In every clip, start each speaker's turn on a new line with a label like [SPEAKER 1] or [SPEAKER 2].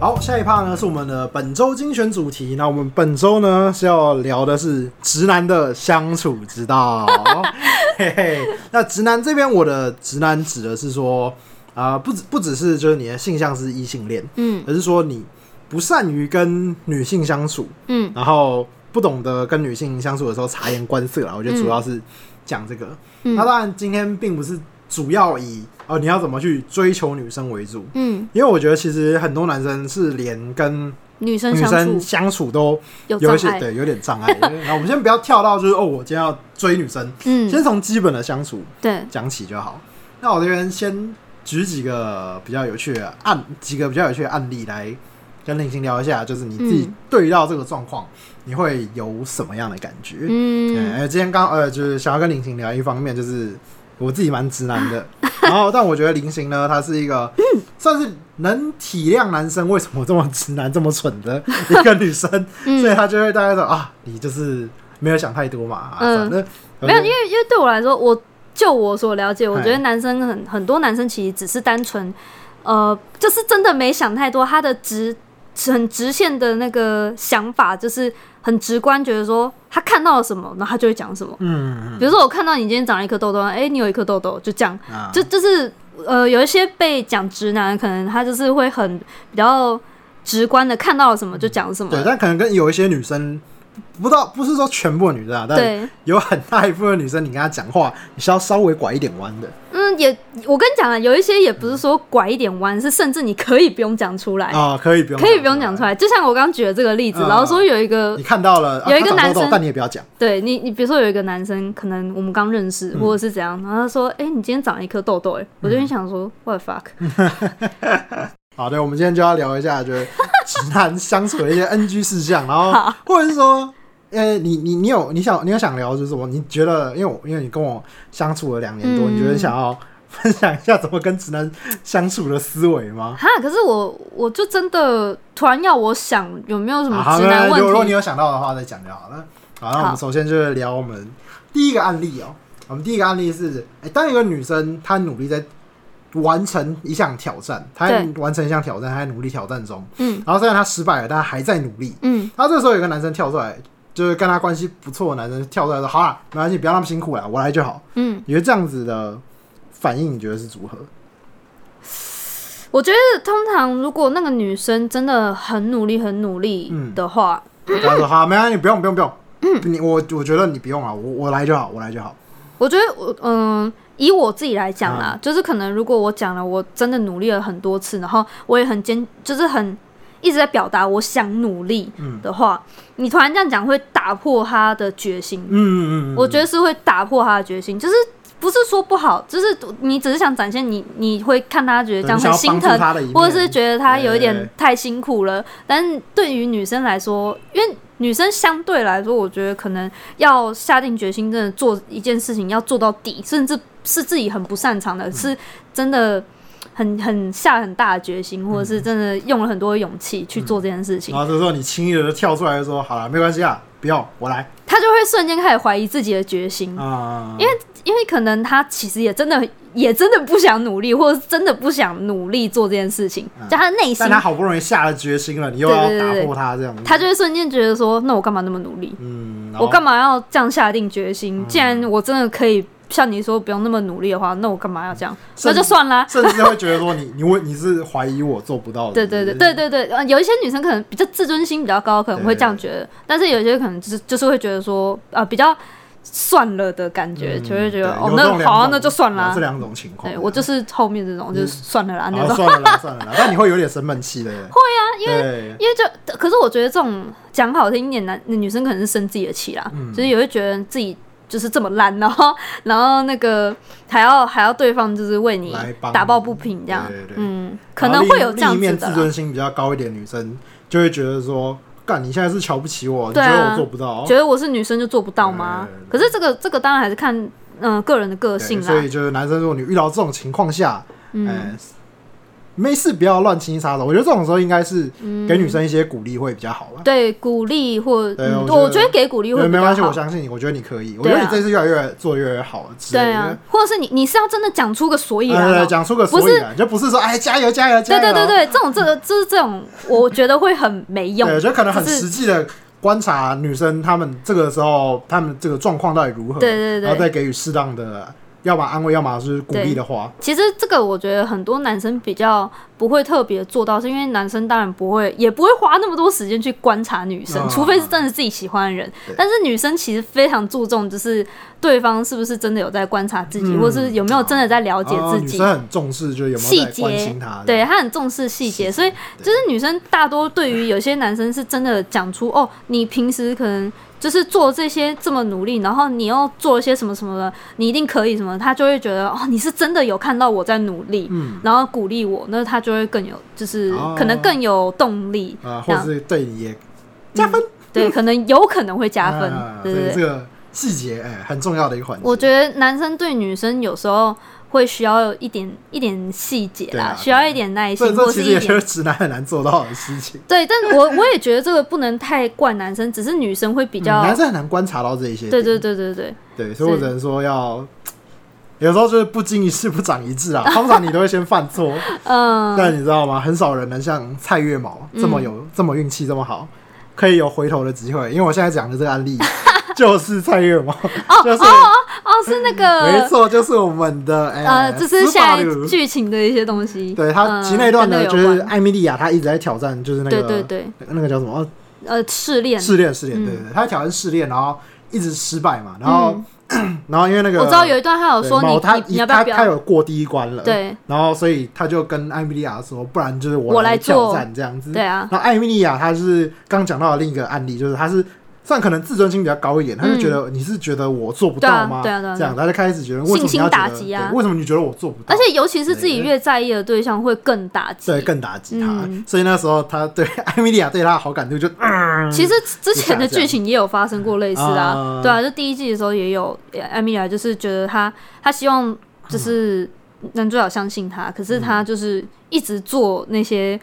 [SPEAKER 1] 好，下一趴呢是我们的本周精选主题。那我们本周呢是要聊的是直男的相处之道。嘿嘿，那直男这边，我的直男指的是说，啊、不只不只是就是你的性向是异性恋，
[SPEAKER 2] 嗯
[SPEAKER 1] 而是说你不善于跟女性相处，
[SPEAKER 2] 嗯
[SPEAKER 1] 然后不懂得跟女性相处的时候察言观色啦。我觉得主要是讲这个。
[SPEAKER 2] 嗯
[SPEAKER 1] 那当然，今天并不是主要以哦你要怎么去追求女生为主，
[SPEAKER 2] 嗯，
[SPEAKER 1] 因为我觉得其实很多男生是连跟
[SPEAKER 2] 女生
[SPEAKER 1] 女
[SPEAKER 2] 相
[SPEAKER 1] 生
[SPEAKER 2] 处
[SPEAKER 1] 相处都有
[SPEAKER 2] 有
[SPEAKER 1] 一
[SPEAKER 2] 障
[SPEAKER 1] 些
[SPEAKER 2] 碍，
[SPEAKER 1] 对有点障 碍。然后我们先不要跳到就是哦，我今天要追女生，先
[SPEAKER 2] 嗯，
[SPEAKER 1] 从基本的相处
[SPEAKER 2] 对，
[SPEAKER 1] 讲起就好。那我这边先举几个比较有趣的案，几个比较有趣的案例来跟林星聊一下，就是你自己
[SPEAKER 2] 嗯
[SPEAKER 1] 对到这个状况，你会有什么样的感觉？对，
[SPEAKER 2] 嗯
[SPEAKER 1] 呃，今天刚呃，就是想要跟林行聊一方面，就是我自己蛮直男的，然后但我觉得林行呢，他是一个
[SPEAKER 2] 嗯
[SPEAKER 1] 算是能体谅男生为什么这么直男、这么蠢的一个女生，所以
[SPEAKER 2] 嗯，
[SPEAKER 1] 他就会大概说啊，你就是没有想太多嘛，啊
[SPEAKER 2] 嗯
[SPEAKER 1] 反正哎
[SPEAKER 2] 没有，因为因为对我来说，我就我所了解，我
[SPEAKER 1] 嗨
[SPEAKER 2] 觉得男生很很多男生其实只是单纯，呃，就是真的没想太多，他的直很直线的那个想法就是很直观，觉得说他看到了什么，然后他就会讲什么。
[SPEAKER 1] 嗯
[SPEAKER 2] 比如说我看到你今天长了一颗痘痘，哎、你有一颗痘痘，就这样，
[SPEAKER 1] 嗯啊，
[SPEAKER 2] 就就是呃，有一些被讲直男，可能他就是会很比较直观的看到了什么就讲什么。
[SPEAKER 1] 对，但可能跟有一些女生。不到不是说全部的女生啊，但
[SPEAKER 2] 对，
[SPEAKER 1] 有很大一部分女生，你跟她讲话，你是要稍微拐一点弯的
[SPEAKER 2] 嗯，也我跟你讲啊，有一些也不是说拐一点弯，是甚至你可以不用讲出来，
[SPEAKER 1] 啊、可以不用
[SPEAKER 2] 哎可以不用讲出
[SPEAKER 1] 来。
[SPEAKER 2] 来。就像我刚刚举的这个例子，
[SPEAKER 1] 嗯
[SPEAKER 2] 然后说有一个
[SPEAKER 1] 你看到了、啊、
[SPEAKER 2] 有一个
[SPEAKER 1] 她长
[SPEAKER 2] 男
[SPEAKER 1] 痘痘
[SPEAKER 2] 生
[SPEAKER 1] 但你也不要讲，
[SPEAKER 2] 对你，你比如说有一个男生，可能我们刚认识、
[SPEAKER 1] 嗯
[SPEAKER 2] 或者是怎样，然后他说：“哎、你今天长了一颗痘痘。”哎，我就很想说、w h a t
[SPEAKER 1] 嗯
[SPEAKER 2] fuck？”
[SPEAKER 1] 好的，我们今天就要聊一下，就是 直男相处的一些 NG 事项，然后或者是说，呃，你你你有你想你有想聊就是什么？你觉得，因为我因为你跟我相处了两年多，
[SPEAKER 2] 嗯
[SPEAKER 1] 你觉得想要分享一下怎么跟直男相处的思维吗？
[SPEAKER 2] 哈，可是我我就真的突然要我想有没有什么
[SPEAKER 1] 啊好，
[SPEAKER 2] 直
[SPEAKER 1] 没有
[SPEAKER 2] 男
[SPEAKER 1] 如果如果
[SPEAKER 2] 问
[SPEAKER 1] 你
[SPEAKER 2] 题？
[SPEAKER 1] 有想到的话，再讲就好了。好，那我
[SPEAKER 2] 好
[SPEAKER 1] 们首先就是聊我们第一个案例哦、我们第一个案例是，哎、当一个女生她努力在完成一项挑战，她在完成一项挑战，她在努力挑战中，
[SPEAKER 2] 嗯
[SPEAKER 1] 然后虽然她失败了，但她还在努力。
[SPEAKER 2] 嗯
[SPEAKER 1] 他这时候有个男生跳出来，就是跟他关系不错的男生跳出来说：“好啦，没关系，不要那么辛苦啦，我来就好。
[SPEAKER 2] 嗯，”
[SPEAKER 1] 你觉得这样子的反应，你觉得是如何？
[SPEAKER 2] 我觉得通常如果那个女生真的很努力、很努力
[SPEAKER 1] 嗯
[SPEAKER 2] 的话，
[SPEAKER 1] 他说：“好，没关系，不用，不用，不用。”你我我觉得你不用了，我我来就好，我来就好。
[SPEAKER 2] 我觉得我嗯。以我自己来讲
[SPEAKER 1] 啊
[SPEAKER 2] 啦，就是可能如果我讲了，我真的努力了很多次，然后我也很坚，就是很一直在表达我想努力
[SPEAKER 1] 嗯
[SPEAKER 2] 的话，你突然这样讲会打破他的决心。
[SPEAKER 1] 嗯嗯嗯，
[SPEAKER 2] 我觉得是会打破他的决心，就是不是说不好，就是你只是想展现你，你会看他觉得这样
[SPEAKER 1] 你想
[SPEAKER 2] 很
[SPEAKER 1] 要
[SPEAKER 2] 心
[SPEAKER 1] 帮助
[SPEAKER 2] 疼，
[SPEAKER 1] 他的一面，
[SPEAKER 2] 或者是觉得他有
[SPEAKER 1] 对
[SPEAKER 2] 一点太辛苦了。但是对于女生来说，因为女生相对来说，我觉得可能要下定决心，真的做一件事情要做到底，甚至是自己很不擅长
[SPEAKER 1] 嗯
[SPEAKER 2] 的，是真的很很下很大的决心，或者是真的用了很多勇气去做这件事情
[SPEAKER 1] 然，后这时候你轻易的跳出来就说：“好了，没关系啊，不用，我来。
[SPEAKER 2] 她就会瞬间开始怀疑自己的决心”。
[SPEAKER 1] 啊，
[SPEAKER 2] 因为因为可能他其实也真的也真的不想努力，或者是真的不想努力做这件事情，
[SPEAKER 1] 嗯
[SPEAKER 2] 就他的内心
[SPEAKER 1] 但，他好不容易下了决心了，你又
[SPEAKER 2] 对
[SPEAKER 1] 要
[SPEAKER 2] 对对
[SPEAKER 1] 打
[SPEAKER 2] 对
[SPEAKER 1] 破他这样子，
[SPEAKER 2] 他就会瞬间觉得说，那我干嘛那么努力？
[SPEAKER 1] 嗯，然后
[SPEAKER 2] 我干嘛要这样下定决
[SPEAKER 1] 嗯
[SPEAKER 2] 心？既然我真的可以像你说不用那么努力的话，那我干嘛要这样？
[SPEAKER 1] 甚
[SPEAKER 2] 那就算啦。
[SPEAKER 1] 甚至会觉得说你你问你是怀疑我做不到的，
[SPEAKER 2] 对对对
[SPEAKER 1] 是不是
[SPEAKER 2] 对对对，呃有一些女生可能比较自尊心比较高，可能会这样觉得，但是有些可能就是就是会觉得说，啊，比较算了的感觉，就会觉得
[SPEAKER 1] 嗯对有，
[SPEAKER 2] 哦
[SPEAKER 1] 这
[SPEAKER 2] 那
[SPEAKER 1] 种两
[SPEAKER 2] 好啊，
[SPEAKER 1] 种
[SPEAKER 2] 那就算啦
[SPEAKER 1] 有这。两种情况，
[SPEAKER 2] 对我就是后面这种，就是算了啦那
[SPEAKER 1] 好
[SPEAKER 2] 种。
[SPEAKER 1] 算了啦，算了啦，但你会有点生闷气的，会啊，因为
[SPEAKER 2] 因为就，可是我觉得这种讲好听一点，男女生可能是生自己的气啦，
[SPEAKER 1] 嗯
[SPEAKER 2] 就是也会觉得自己就是这么烂，然后然后那个还要还要对方就是为你
[SPEAKER 1] 来帮你
[SPEAKER 2] 打抱不平这样，
[SPEAKER 1] 对对对
[SPEAKER 2] 嗯，可能会有这样
[SPEAKER 1] 另一
[SPEAKER 2] 子
[SPEAKER 1] 面
[SPEAKER 2] 的
[SPEAKER 1] 自
[SPEAKER 2] 啦。
[SPEAKER 1] 尊心比较高一点的女生就会觉得说，干你现在是瞧不起我，你
[SPEAKER 2] 对
[SPEAKER 1] 觉
[SPEAKER 2] 啊
[SPEAKER 1] 得我做不到，哦
[SPEAKER 2] 觉得我是女生就做不到吗？
[SPEAKER 1] 对对对
[SPEAKER 2] 可是这个这个当然还是看嗯、呃个人的个
[SPEAKER 1] 对
[SPEAKER 2] 性
[SPEAKER 1] 所
[SPEAKER 2] 啦
[SPEAKER 1] 以，就是男生，如果你遇到这种情况下，
[SPEAKER 2] 嗯
[SPEAKER 1] 哎没事不要乱轻易撒手。我觉得这种时候应该是给女生一些鼓励会比较好吧。
[SPEAKER 2] 对，鼓励或
[SPEAKER 1] 对
[SPEAKER 2] 嗯
[SPEAKER 1] 我觉得
[SPEAKER 2] 我觉得给鼓励
[SPEAKER 1] 因
[SPEAKER 2] 会
[SPEAKER 1] 为
[SPEAKER 2] 比
[SPEAKER 1] 没
[SPEAKER 2] 较
[SPEAKER 1] 关系，
[SPEAKER 2] 好
[SPEAKER 1] 我相信你，我觉得你可以，我
[SPEAKER 2] 对
[SPEAKER 1] 觉
[SPEAKER 2] 啊
[SPEAKER 1] 得你这次越来越做得越来越好之类
[SPEAKER 2] 对
[SPEAKER 1] 的。
[SPEAKER 2] 啊，或者是你你是要真的讲出个所以然
[SPEAKER 1] 呃，
[SPEAKER 2] 哦，
[SPEAKER 1] 讲出个
[SPEAKER 2] 不
[SPEAKER 1] 所
[SPEAKER 2] 是
[SPEAKER 1] 以然，就不是说哎加油加油加
[SPEAKER 2] 对
[SPEAKER 1] 油。
[SPEAKER 2] 对对对，这种这个就是这种，我觉得会很没用
[SPEAKER 1] 哦对，。我觉得可能很
[SPEAKER 2] 就是
[SPEAKER 1] 实际的观察女生她们这个时候她们这个状况到底如何，
[SPEAKER 2] 对对对
[SPEAKER 1] 然后再给予适当的，要么安慰，要么是鼓励的话，
[SPEAKER 2] 其实这个我觉得很多男生比较不会特别做到，是因为男生当然不会，也不会花那么多时间去观察女生，
[SPEAKER 1] 嗯
[SPEAKER 2] 除非是真的自己喜欢的人
[SPEAKER 1] 对。
[SPEAKER 2] 但是女生其实非常注重，就是对方是不是真的有在观察自己，
[SPEAKER 1] 嗯哦
[SPEAKER 2] 或是有没有真的在了解
[SPEAKER 1] 然后
[SPEAKER 2] 自
[SPEAKER 1] 啊女
[SPEAKER 2] 己。
[SPEAKER 1] 生很重视，就有没
[SPEAKER 2] 细
[SPEAKER 1] 有在关
[SPEAKER 2] 节
[SPEAKER 1] 心她，，
[SPEAKER 2] 对她很重视细节，所以就是女生大多对于有些男生是真的讲出哦，你平时可能就是做这些这么努力，然后你又做一些什么什么的，你一定可以什么，他就会觉得哦，你是真的有看到我在努力，
[SPEAKER 1] 嗯
[SPEAKER 2] 然后鼓励我，那他就会更有就是
[SPEAKER 1] 哦
[SPEAKER 2] 可能更有动力，
[SPEAKER 1] 啊，或
[SPEAKER 2] 这样
[SPEAKER 1] 者是对你也加分
[SPEAKER 2] 对，可能有可能会加分，
[SPEAKER 1] 啊
[SPEAKER 2] 对
[SPEAKER 1] 所
[SPEAKER 2] 对
[SPEAKER 1] 以
[SPEAKER 2] 对
[SPEAKER 1] 这。个细节哎很重要的一个环节。
[SPEAKER 2] 我觉得男生对女生有时候会需要一点一点细节
[SPEAKER 1] 对啊
[SPEAKER 2] 啦，需要一点耐
[SPEAKER 1] 这
[SPEAKER 2] 心，
[SPEAKER 1] 这
[SPEAKER 2] 或
[SPEAKER 1] 其
[SPEAKER 2] 是
[SPEAKER 1] 实
[SPEAKER 2] 一
[SPEAKER 1] 也
[SPEAKER 2] 点
[SPEAKER 1] 是直男很难做到的事情，
[SPEAKER 2] 对，但我我也觉得这个不能太怪男生，只是女生会比较，
[SPEAKER 1] 嗯男生很难观察到这一些点。
[SPEAKER 2] 对对对对对，
[SPEAKER 1] 对，所以我
[SPEAKER 2] 是
[SPEAKER 1] 只能说要，有时候就是不经一事不长一智啊。通常你都会先犯错，
[SPEAKER 2] 嗯，
[SPEAKER 1] 但你知道吗？很少人能像蔡月毛这么有、这么运气这么好，可以有回头的机会。因为我现在讲的这个案例 就是蔡月毛， 就是、
[SPEAKER 2] 哦，是那
[SPEAKER 1] 嗯没
[SPEAKER 2] 个
[SPEAKER 1] 错，就是我们的哎、
[SPEAKER 2] 呃，这是
[SPEAKER 1] 斯
[SPEAKER 2] 现
[SPEAKER 1] 巴
[SPEAKER 2] 在
[SPEAKER 1] 鲁
[SPEAKER 2] 剧情的一些东西，
[SPEAKER 1] 对他其
[SPEAKER 2] 嗯
[SPEAKER 1] 那段呢，
[SPEAKER 2] 跟
[SPEAKER 1] 就
[SPEAKER 2] 那个有
[SPEAKER 1] 是
[SPEAKER 2] 关
[SPEAKER 1] 艾米莉亚，她一直在挑战，就是那个
[SPEAKER 2] 对对对，
[SPEAKER 1] 那个叫什么哦
[SPEAKER 2] 呃，试炼，
[SPEAKER 1] 试炼试炼，对
[SPEAKER 2] 嗯
[SPEAKER 1] 对对，她挑战试炼，然后一直失败嘛，然后、 然后因为那个
[SPEAKER 2] 嗯我知道有一段他有
[SPEAKER 1] 对
[SPEAKER 2] 说你
[SPEAKER 1] 毛他
[SPEAKER 2] 你你要不
[SPEAKER 1] 他
[SPEAKER 2] 要不
[SPEAKER 1] 他
[SPEAKER 2] 要？
[SPEAKER 1] 有过第一关了，，
[SPEAKER 2] 对
[SPEAKER 1] 然后所以他就跟艾米莉亚说，不然就是
[SPEAKER 2] 我来
[SPEAKER 1] 来
[SPEAKER 2] 做
[SPEAKER 1] 挑战这样子。
[SPEAKER 2] 对啊，
[SPEAKER 1] 那艾米莉亚她是刚讲到的另一个案例，就是她是算可能自尊心比较高一点，她就觉得你是觉得我做不到吗？
[SPEAKER 2] 嗯对啊对啊对啊
[SPEAKER 1] 这样她就开始觉得为什么你
[SPEAKER 2] 信
[SPEAKER 1] 要
[SPEAKER 2] 心打
[SPEAKER 1] 觉得
[SPEAKER 2] 击啊
[SPEAKER 1] 对为什么你觉得我做不到？
[SPEAKER 2] 而且尤其是自己越在意的对象会更打击，
[SPEAKER 1] 对更打击她，
[SPEAKER 2] 嗯
[SPEAKER 1] 所以那时候她对 艾米莉亚对她的好感度就嗯
[SPEAKER 2] 其实之前的剧情也有发生过类似
[SPEAKER 1] 啊
[SPEAKER 2] 啊，对啊，就第一季的时候也有呃艾米丽，就是觉得她她希望就是男主角相信她，可是
[SPEAKER 1] 嗯
[SPEAKER 2] 她就是一直做那些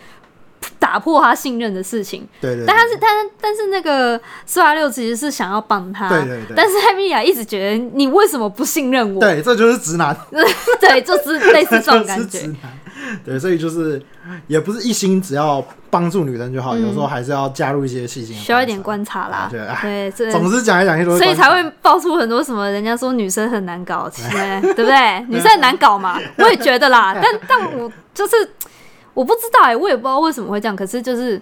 [SPEAKER 2] 打破她信任的事情。
[SPEAKER 1] 对对，
[SPEAKER 2] 但
[SPEAKER 1] 她
[SPEAKER 2] 他是但但是那个苏拉六其实是想要帮她，
[SPEAKER 1] 对对对
[SPEAKER 2] 但是艾米丽一直觉得你为什么不信任我？
[SPEAKER 1] 对，这就是直男，
[SPEAKER 2] 对，就是类
[SPEAKER 1] 这
[SPEAKER 2] 似这种
[SPEAKER 1] 就
[SPEAKER 2] 感
[SPEAKER 1] 是
[SPEAKER 2] 觉
[SPEAKER 1] 直。男。对，所以就是也不是一心只要帮助女生就好，有时候还是要加入一些细心，
[SPEAKER 2] 嗯需要一点。观察啦，
[SPEAKER 1] 对啊
[SPEAKER 2] 对，这
[SPEAKER 1] 总之讲来讲去都是
[SPEAKER 2] 所以
[SPEAKER 1] 观察
[SPEAKER 2] 才会爆出很多什么人家说女生很难 搞，其实对不对？女生很难搞嘛，我也觉得啦。但但我就是我不知道哎、我也不知道为什么会这样。可是就是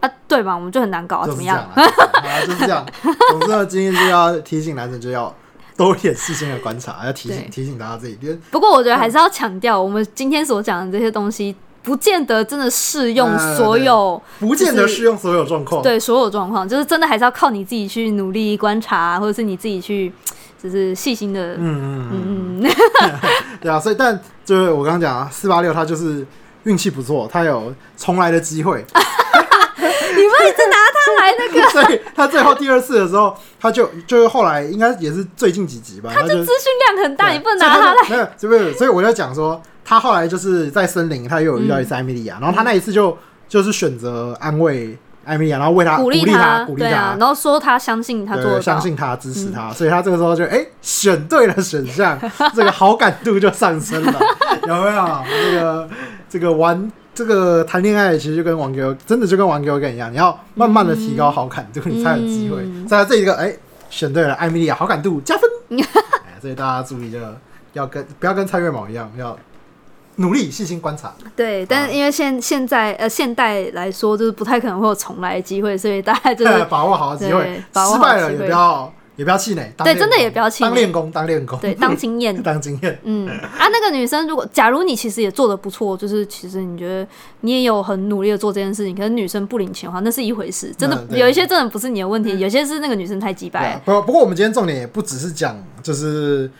[SPEAKER 2] 啊，对嘛，我们就很难搞、啊，
[SPEAKER 1] 就
[SPEAKER 2] 怎
[SPEAKER 1] 是这
[SPEAKER 2] 么样？
[SPEAKER 1] 啊？啊，就是这样。 总之呢，今天就要提醒男生，就要多一点细心的观察，要提
[SPEAKER 2] 对
[SPEAKER 1] 醒提醒大家这一点。
[SPEAKER 2] 不过我觉得还是要强调，我们今天所讲的这些东西，不见得真的适用
[SPEAKER 1] 呃
[SPEAKER 2] 所有、
[SPEAKER 1] 不见得
[SPEAKER 2] 就是
[SPEAKER 1] 适用所有状况。
[SPEAKER 2] 对所有状况，就是真的还是要靠你自己去努力观察，或者是你自己去就是细心的，
[SPEAKER 1] 嗯，嗯
[SPEAKER 2] 嗯嗯，
[SPEAKER 1] 嗯，对啊。所以，但就是我刚刚讲啊，四八六他就是运气不错，他有重来的机会，
[SPEAKER 2] 你们一直拿它来那个。
[SPEAKER 1] 所以他最后第二次的时候，他就就是后来应该也是最近几集吧，他就
[SPEAKER 2] 资讯量很大，
[SPEAKER 1] 对
[SPEAKER 2] 你不能拿
[SPEAKER 1] 所以
[SPEAKER 2] 它来
[SPEAKER 1] 就没有，所以不是所以我就讲说，他后来就是在森林，他又有遇到一次
[SPEAKER 2] 嗯
[SPEAKER 1] 艾米莉亚，然后他那一次就就是选择安慰艾米莉亚，然后为他
[SPEAKER 2] 鼓励
[SPEAKER 1] 他，啊鼓励
[SPEAKER 2] 对啊，然后说他相信他
[SPEAKER 1] 对，啊
[SPEAKER 2] 做得到，嗯
[SPEAKER 1] 相信他，支持他，所以他这个时候就哎、选对了选 项，这个好感度就上升了，有没有？这个这个玩这个谈恋爱，其实就跟玩 Q 真的就跟玩 Q 跟一样，你要慢慢的提高好感度，你才有机会。
[SPEAKER 2] 嗯
[SPEAKER 1] 在这一个哎、选对了艾米莉亚，好感度加分， 哎，所以大家注意这个，要跟不要跟蔡月毛一样，要努力细心观察。
[SPEAKER 2] 对，但是因为现现在呃现代来说，就是不太可能会有重来的机会，所以大家就是
[SPEAKER 1] 把握好机会
[SPEAKER 2] 对，把握好
[SPEAKER 1] 失败了
[SPEAKER 2] 机
[SPEAKER 1] 也
[SPEAKER 2] 会
[SPEAKER 1] 不要也不要气馁，当
[SPEAKER 2] 对
[SPEAKER 1] 练
[SPEAKER 2] 真的
[SPEAKER 1] 功
[SPEAKER 2] 也不要气
[SPEAKER 1] 当
[SPEAKER 2] 馁
[SPEAKER 1] 练功，当练功，。
[SPEAKER 2] 对当经验
[SPEAKER 1] 当经验。
[SPEAKER 2] 嗯啊，那个女生，如果假如你其实也做的不错，就是其实你觉得你也有很努力的做这件事情，可是女生不领情的话，那是一回事，真的
[SPEAKER 1] 嗯对嗯
[SPEAKER 2] 有一些真的不是你的问题，有些是那个女生太鸡
[SPEAKER 1] 对
[SPEAKER 2] 掰
[SPEAKER 1] 啊
[SPEAKER 2] 了。
[SPEAKER 1] 不不过我们今天重点也不只是讲就是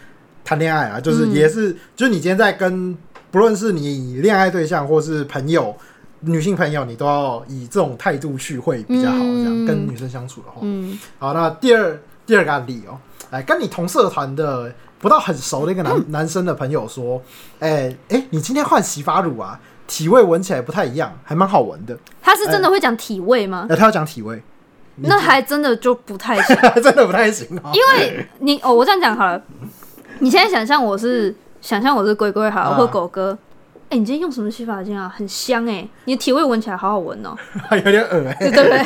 [SPEAKER 1] 谈恋爱啊，就是
[SPEAKER 2] 嗯
[SPEAKER 1] 也是、就是你今天在跟不论是你恋爱对象或是朋友。女性朋友，你都要以这种态度去会比较好，这样、
[SPEAKER 2] 嗯
[SPEAKER 1] 跟女生相处的话。
[SPEAKER 2] 嗯，
[SPEAKER 1] 好，那第二第二个案例哦，哎，跟你同社团的
[SPEAKER 2] 嗯
[SPEAKER 1] 不到很熟的一个男、男生的朋友说，哎、哎、你今天换洗发乳啊？体味闻起来不太一样，还蛮好闻的。
[SPEAKER 2] 他是真的会讲体味吗？
[SPEAKER 1] 那、他要讲体味， 你
[SPEAKER 2] 那还真的就不太行。
[SPEAKER 1] 真的不太行哦。
[SPEAKER 2] 因为你哦，我这样讲好了，你现在想象我是想象我是龟龟好了，
[SPEAKER 1] 啊
[SPEAKER 2] 或狗哥。哎、你今天用什么洗发精啊？很香哎、你的体味闻起来好好闻哦、
[SPEAKER 1] 有点恶哎、
[SPEAKER 2] 对 不对？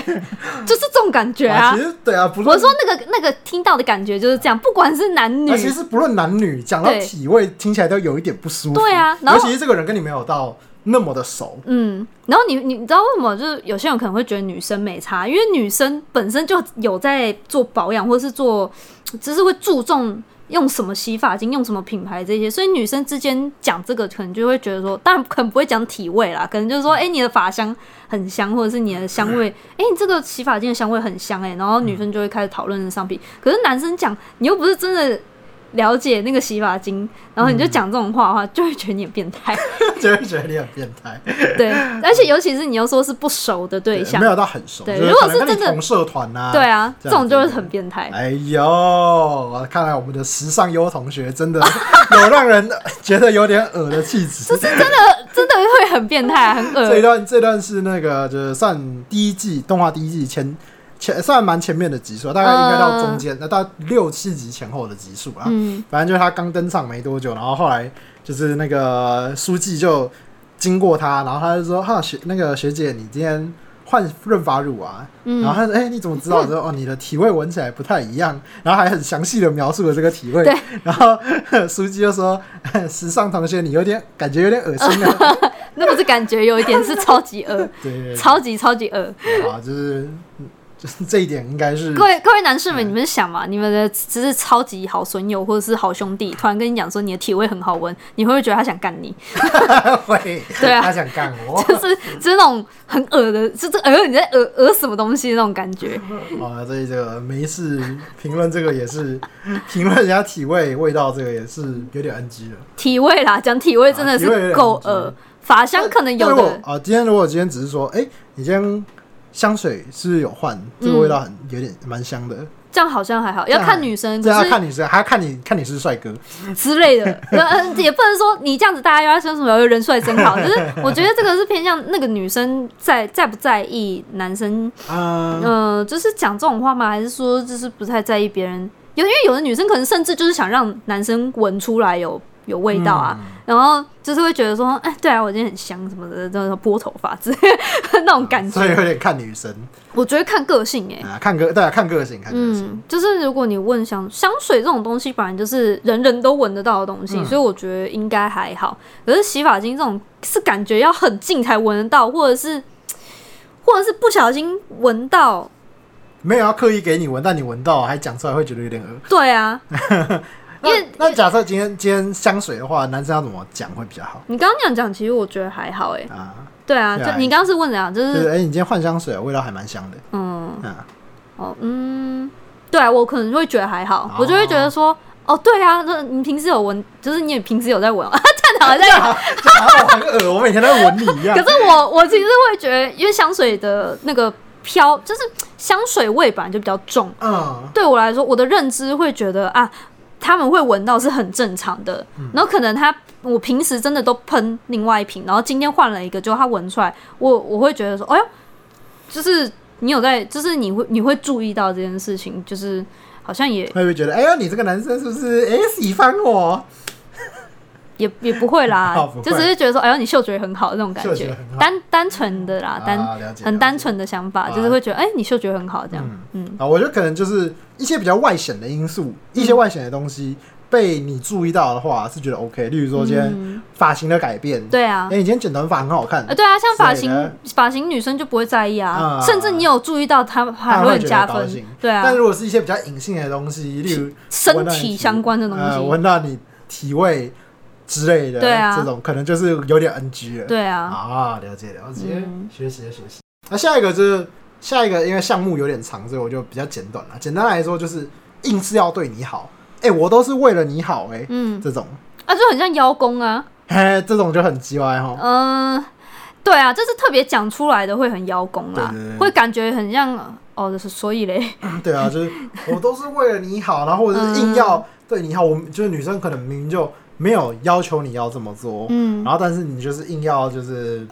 [SPEAKER 2] 就是这种感觉
[SPEAKER 1] 啊
[SPEAKER 2] 啊
[SPEAKER 1] 其。实对啊，不
[SPEAKER 2] 我
[SPEAKER 1] 论
[SPEAKER 2] 说那个那个听到的感觉就是这样，不管是男女
[SPEAKER 1] 啊，，其实不论男女，讲到
[SPEAKER 2] 对
[SPEAKER 1] 体味听起来都有一点不舒服。
[SPEAKER 2] 对啊然
[SPEAKER 1] 尤
[SPEAKER 2] 后
[SPEAKER 1] 其是这个人跟你没有到那么的熟，
[SPEAKER 2] 嗯，然后你你你知道为什么？就是有些人可能会觉得女生没差，因为女生本身就有在做保养，或是做，就是会注重用什么洗发精、用什么品牌这些，所以女生之间讲这个，可能就会觉得说，当然可能不会讲体味啦，可能就是说，哎、你的发香很香，或者是你的香味，哎、你这个洗发精的香味很香、哎，然后女生就会开始讨论商品。可是男生讲，你又不是真的。了解那个洗发精，然后你就讲这种话的话，就会觉得你很变态。
[SPEAKER 1] 就会觉得你很变态。
[SPEAKER 2] 对，而且尤其是你又说是不熟的对象
[SPEAKER 1] 没，有到很熟，
[SPEAKER 2] 对
[SPEAKER 1] 就
[SPEAKER 2] 如果
[SPEAKER 1] 可能
[SPEAKER 2] 是
[SPEAKER 1] 跟你
[SPEAKER 2] 真的
[SPEAKER 1] 同社团呐、
[SPEAKER 2] 对啊，
[SPEAKER 1] 这
[SPEAKER 2] 这
[SPEAKER 1] 样
[SPEAKER 2] 种就是很变态。
[SPEAKER 1] 哎呦，看来我们的时尚优同学真的有让人觉得有点恶的气质。
[SPEAKER 2] 呃，真的会很变态，很
[SPEAKER 1] 这一
[SPEAKER 2] 恶。
[SPEAKER 1] 段这段是那个就是算第一季动画第一季前前算蛮前面的集数，大概应该到中间，那、大概六七集前后的集数啊啦。
[SPEAKER 2] 嗯，
[SPEAKER 1] 反正就是他刚登场没多久，然后后来就是那个书记就经过他，然后他就说：“哈学那个学姐，你今天换润发乳啊？”
[SPEAKER 2] 嗯
[SPEAKER 1] 然后他说：“哎、你怎么知道？”我 说：“哦，你的体味闻起来不太一样。”然后还很详细的描述了这个体味
[SPEAKER 2] 对。
[SPEAKER 1] 然后呵书记就说：“嗯时尚同学，你有点感觉有点恶心 啊。
[SPEAKER 2] 那不是感觉有一点是超级恶，”
[SPEAKER 1] 对 对
[SPEAKER 2] 超级超级恶。
[SPEAKER 1] 对，啊，就是嗯就是这一点应该是
[SPEAKER 2] 各位各位男
[SPEAKER 1] 嗯
[SPEAKER 2] 士们，你们想嘛，你们的只是超级好损友或者是好兄弟，突然跟你讲说你的体味很好闻，你会不会觉得他想干 你？
[SPEAKER 1] 会，
[SPEAKER 2] 对啊
[SPEAKER 1] 他想干我。
[SPEAKER 2] 就是就是那种很恶的，就是呃你在恶恶什么东西那种感觉。
[SPEAKER 1] 啊，所以这个没事评论这个也是评论人家体味味道，这个也是有点 NG 的。
[SPEAKER 2] 体味啦，讲体味真的
[SPEAKER 1] 啊体味有
[SPEAKER 2] 是
[SPEAKER 1] 点
[SPEAKER 2] 够
[SPEAKER 1] 恶
[SPEAKER 2] 恶，法香可能有
[SPEAKER 1] 但如果
[SPEAKER 2] 的，
[SPEAKER 1] 啊，今天如果今天只是说，哎、你今天香水是不是有换？这个味道很有点蛮香的。
[SPEAKER 2] 这样好像还好，要看女生，
[SPEAKER 1] 这
[SPEAKER 2] 嗯只
[SPEAKER 1] 要
[SPEAKER 2] 是
[SPEAKER 1] 看你是，还要看你看你是不是帅哥。
[SPEAKER 2] 之类的， 呃，也不能说你这样子大家又要说什么人帅真 好，就是我觉得这个是偏向那个女生在在不在意男生，
[SPEAKER 1] 啊、
[SPEAKER 2] 呃，就是讲这种话吗？还是说就是不太在意别人？有因为有的女生可能甚至就是想让男生闻出来有有味道啊，
[SPEAKER 1] 嗯
[SPEAKER 2] 然后就是会觉得说，哎，对啊，我今天很香什么的，就是拨头发之类的 那种感
[SPEAKER 1] 所以
[SPEAKER 2] 觉。
[SPEAKER 1] 有点看女生
[SPEAKER 2] 我觉得看个性哎、
[SPEAKER 1] 啊，看个对啊，看个性，看个性。
[SPEAKER 2] 嗯，就是如果你问香香水这种东西，本来就是人人都闻得到的东西，
[SPEAKER 1] 嗯
[SPEAKER 2] 所以我觉得应该还好。可是洗发精这种是感觉要很近才闻得到，或者是或者是不小心闻到，
[SPEAKER 1] 没有要刻意给你闻，但你闻到还讲出来会觉得有点恶。
[SPEAKER 2] 对 啊。因
[SPEAKER 1] 那
[SPEAKER 2] 为
[SPEAKER 1] 那假设今天今天香水的话，男生要怎么讲会比较好
[SPEAKER 2] 你刚刚那样讲，其实我觉得还好哎、
[SPEAKER 1] 啊？
[SPEAKER 2] 对啊，
[SPEAKER 1] 对啊
[SPEAKER 2] 就你刚刚是问怎样，就
[SPEAKER 1] 就是
[SPEAKER 2] 是
[SPEAKER 1] 哎、你今天换香水，味道还蛮香的。
[SPEAKER 2] 嗯，
[SPEAKER 1] 嗯。
[SPEAKER 2] 哦，嗯，对啊，我可能会觉得还好，
[SPEAKER 1] 哦
[SPEAKER 2] 我就会觉得说。哦，对啊，那你平时有闻，就是你也平时有在闻啊， 探讨一下，
[SPEAKER 1] 然啊后我很恶，我每天都在闻你一样
[SPEAKER 2] 可。是 我我其实会觉得，因为香水的那个飘，就是香水味本来就比较重。
[SPEAKER 1] 嗯，
[SPEAKER 2] 对我来说，我的认知会觉得啊，他们会闻到是很正常的。
[SPEAKER 1] 嗯
[SPEAKER 2] 然后可能他我平时真的都喷另外一瓶，然后今天换了一个，就他闻出来，我我会觉得说，哎呦，就是你有在，就是你会你会注意到这件事情，就是好像也
[SPEAKER 1] 会不会觉得，哎呀，你这个男生是不是哎喜欢我？
[SPEAKER 2] 也也不会啦
[SPEAKER 1] 哦不，会
[SPEAKER 2] 就只是觉得说，哎呦，你嗅觉很好那种感
[SPEAKER 1] 嗅觉
[SPEAKER 2] 觉
[SPEAKER 1] 很好，
[SPEAKER 2] 单单纯的啦，单
[SPEAKER 1] 啊了解
[SPEAKER 2] 很
[SPEAKER 1] 了
[SPEAKER 2] 单
[SPEAKER 1] 解
[SPEAKER 2] 纯的想法，
[SPEAKER 1] 啊
[SPEAKER 2] 就是会觉得，哎，你嗅觉很好这样，嗯，
[SPEAKER 1] 啊，我觉得可能就是一些比较外显的因素，一些外显的东西被你注意到的话，是觉得 OK。例如说今天
[SPEAKER 2] 嗯
[SPEAKER 1] 发型的改变，
[SPEAKER 2] 对啊
[SPEAKER 1] 哎，，你今天剪短发很好看
[SPEAKER 2] 呃，，对啊，像发
[SPEAKER 1] 之类的
[SPEAKER 2] 型发型女生就不会在意啊，
[SPEAKER 1] 啊
[SPEAKER 2] 甚至你有注意到她还
[SPEAKER 1] 他
[SPEAKER 2] 会
[SPEAKER 1] 会
[SPEAKER 2] 很
[SPEAKER 1] 觉
[SPEAKER 2] 加
[SPEAKER 1] 得高
[SPEAKER 2] 分
[SPEAKER 1] 兴。，
[SPEAKER 2] 对啊
[SPEAKER 1] 但，如果是一些比较隐性的东西，例如
[SPEAKER 2] 身体相关的东
[SPEAKER 1] 呃
[SPEAKER 2] 西，
[SPEAKER 1] 闻到你体味之类的，
[SPEAKER 2] 对啊
[SPEAKER 1] 这种可能就是有点 NG 了。
[SPEAKER 2] 对啊，
[SPEAKER 1] 啊，了解了解，
[SPEAKER 2] 嗯
[SPEAKER 1] 学习学习。那下一个就是下一个，因为项目有点长，所以我就比较简短了。简单来说，就是硬是要对你好，哎、我都是为了你好、哎、
[SPEAKER 2] 嗯，
[SPEAKER 1] 这种，
[SPEAKER 2] 啊，就很像邀功啊，
[SPEAKER 1] 嘿，这种就很鸡歪哈。
[SPEAKER 2] 嗯，对啊，这是特别讲出来的会很邀功啦
[SPEAKER 1] 对对对，
[SPEAKER 2] 会感觉很像哦，就是所以嘞，
[SPEAKER 1] 对
[SPEAKER 2] 嗯
[SPEAKER 1] 啊，就是我都是为了你好，然后或者是硬要对你好，我们就是女生可能明明就。没有要求你要这么做，
[SPEAKER 2] 嗯
[SPEAKER 1] 然后但是你就是硬要就是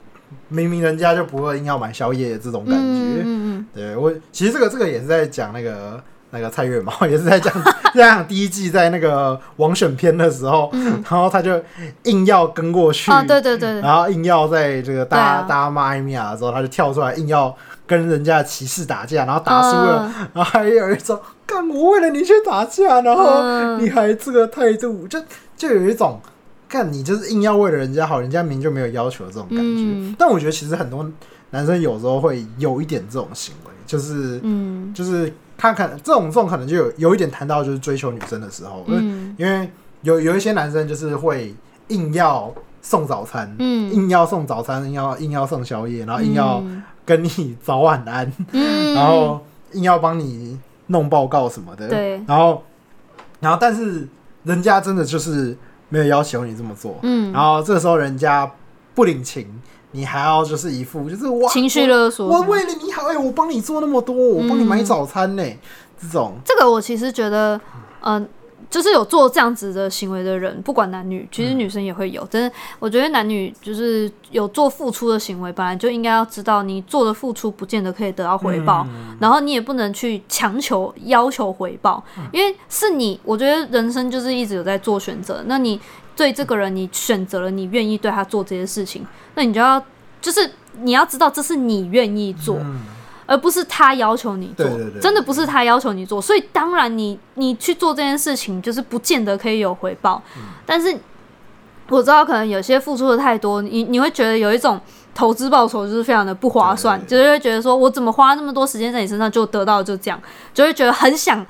[SPEAKER 1] 明明人家就不会硬要买宵夜这种感觉。
[SPEAKER 2] 嗯嗯
[SPEAKER 1] 对我其实这个这个也是在讲那个那个蔡月毛， 也是在讲在讲第一季在那个网选片的时候， 然后他就硬要跟过去，
[SPEAKER 2] 嗯，啊，嗯对对对，
[SPEAKER 1] 然后硬要在这个大家、
[SPEAKER 2] 对啊
[SPEAKER 1] 大家骂艾米亚的时候，他就跳出来硬要跟人家骑士打架，然后打输了，
[SPEAKER 2] 嗯
[SPEAKER 1] 然后还有一种干我为了你去打架，然后
[SPEAKER 2] 嗯
[SPEAKER 1] 你还这个态度，就就有一种干你就是硬要为了人家好，人家明明就没有要求的这种感觉。
[SPEAKER 2] 嗯
[SPEAKER 1] 但我觉得其实很多男生有时候会有一点这种行为，就是、
[SPEAKER 2] 嗯
[SPEAKER 1] 就是他可能这种这种可能就有有一点谈到就是追求女生的时候，
[SPEAKER 2] 嗯
[SPEAKER 1] 因为有有一些男生就是会硬要送早餐，
[SPEAKER 2] 嗯，
[SPEAKER 1] 硬要送早餐，硬要硬要送宵夜，然后硬要
[SPEAKER 2] 嗯，
[SPEAKER 1] 跟你早晚安，
[SPEAKER 2] 嗯
[SPEAKER 1] 然后呃硬要帮你弄报告什么的。
[SPEAKER 2] 对
[SPEAKER 1] 然后然后但是人家真的就是没有要求你这么做，
[SPEAKER 2] 嗯，
[SPEAKER 1] 然后这时候人家不领情，你还要就是一副就是哇
[SPEAKER 2] 情绪勒索，
[SPEAKER 1] 我我为了你好，哎、我帮你做那么多，我帮你买
[SPEAKER 2] 嗯
[SPEAKER 1] 早餐呢、这种。
[SPEAKER 2] 这个我其实觉得，嗯、就是有做这样子的行为的人，不管男女，其实女生也会有。但是我觉得男女就是有做付出的行为，本来就应该要知道，你做的付出不见得可以得到回报，然后你也不能去强求要求回报，因为是你。我觉得人生就是一直有在做选择，那你对这个人，你选择了，你愿意对他做这些事情，那你就要就是你要知道，这是你愿意做。
[SPEAKER 1] 嗯
[SPEAKER 2] 而不是他要求你做，
[SPEAKER 1] 对对对
[SPEAKER 2] 真的不是他要求你做，所以当然你你去做这件事情，就是不见得可以有回报。
[SPEAKER 1] 嗯
[SPEAKER 2] 但是我知道，可能有些付出的太多，你你会觉得有一种投资报酬就是非常的不划算，
[SPEAKER 1] 对对
[SPEAKER 2] 就是会觉得说我怎么花那么多时间在你身上，就得到就这样，就会觉得很想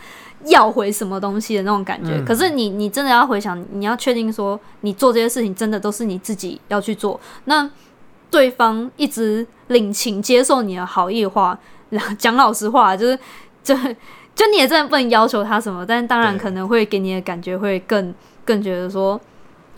[SPEAKER 2] 要回什么东西的那种感觉。
[SPEAKER 1] 嗯
[SPEAKER 2] 可是你你真的要回想，你要确定说你做这些事情真的都是你自己要去做，那对方一直领情接受你的好意的话， 讲老实话，就是就就你也真的不能要求他什么，但当然
[SPEAKER 1] 对
[SPEAKER 2] 可能会给你的感觉会更更觉得说。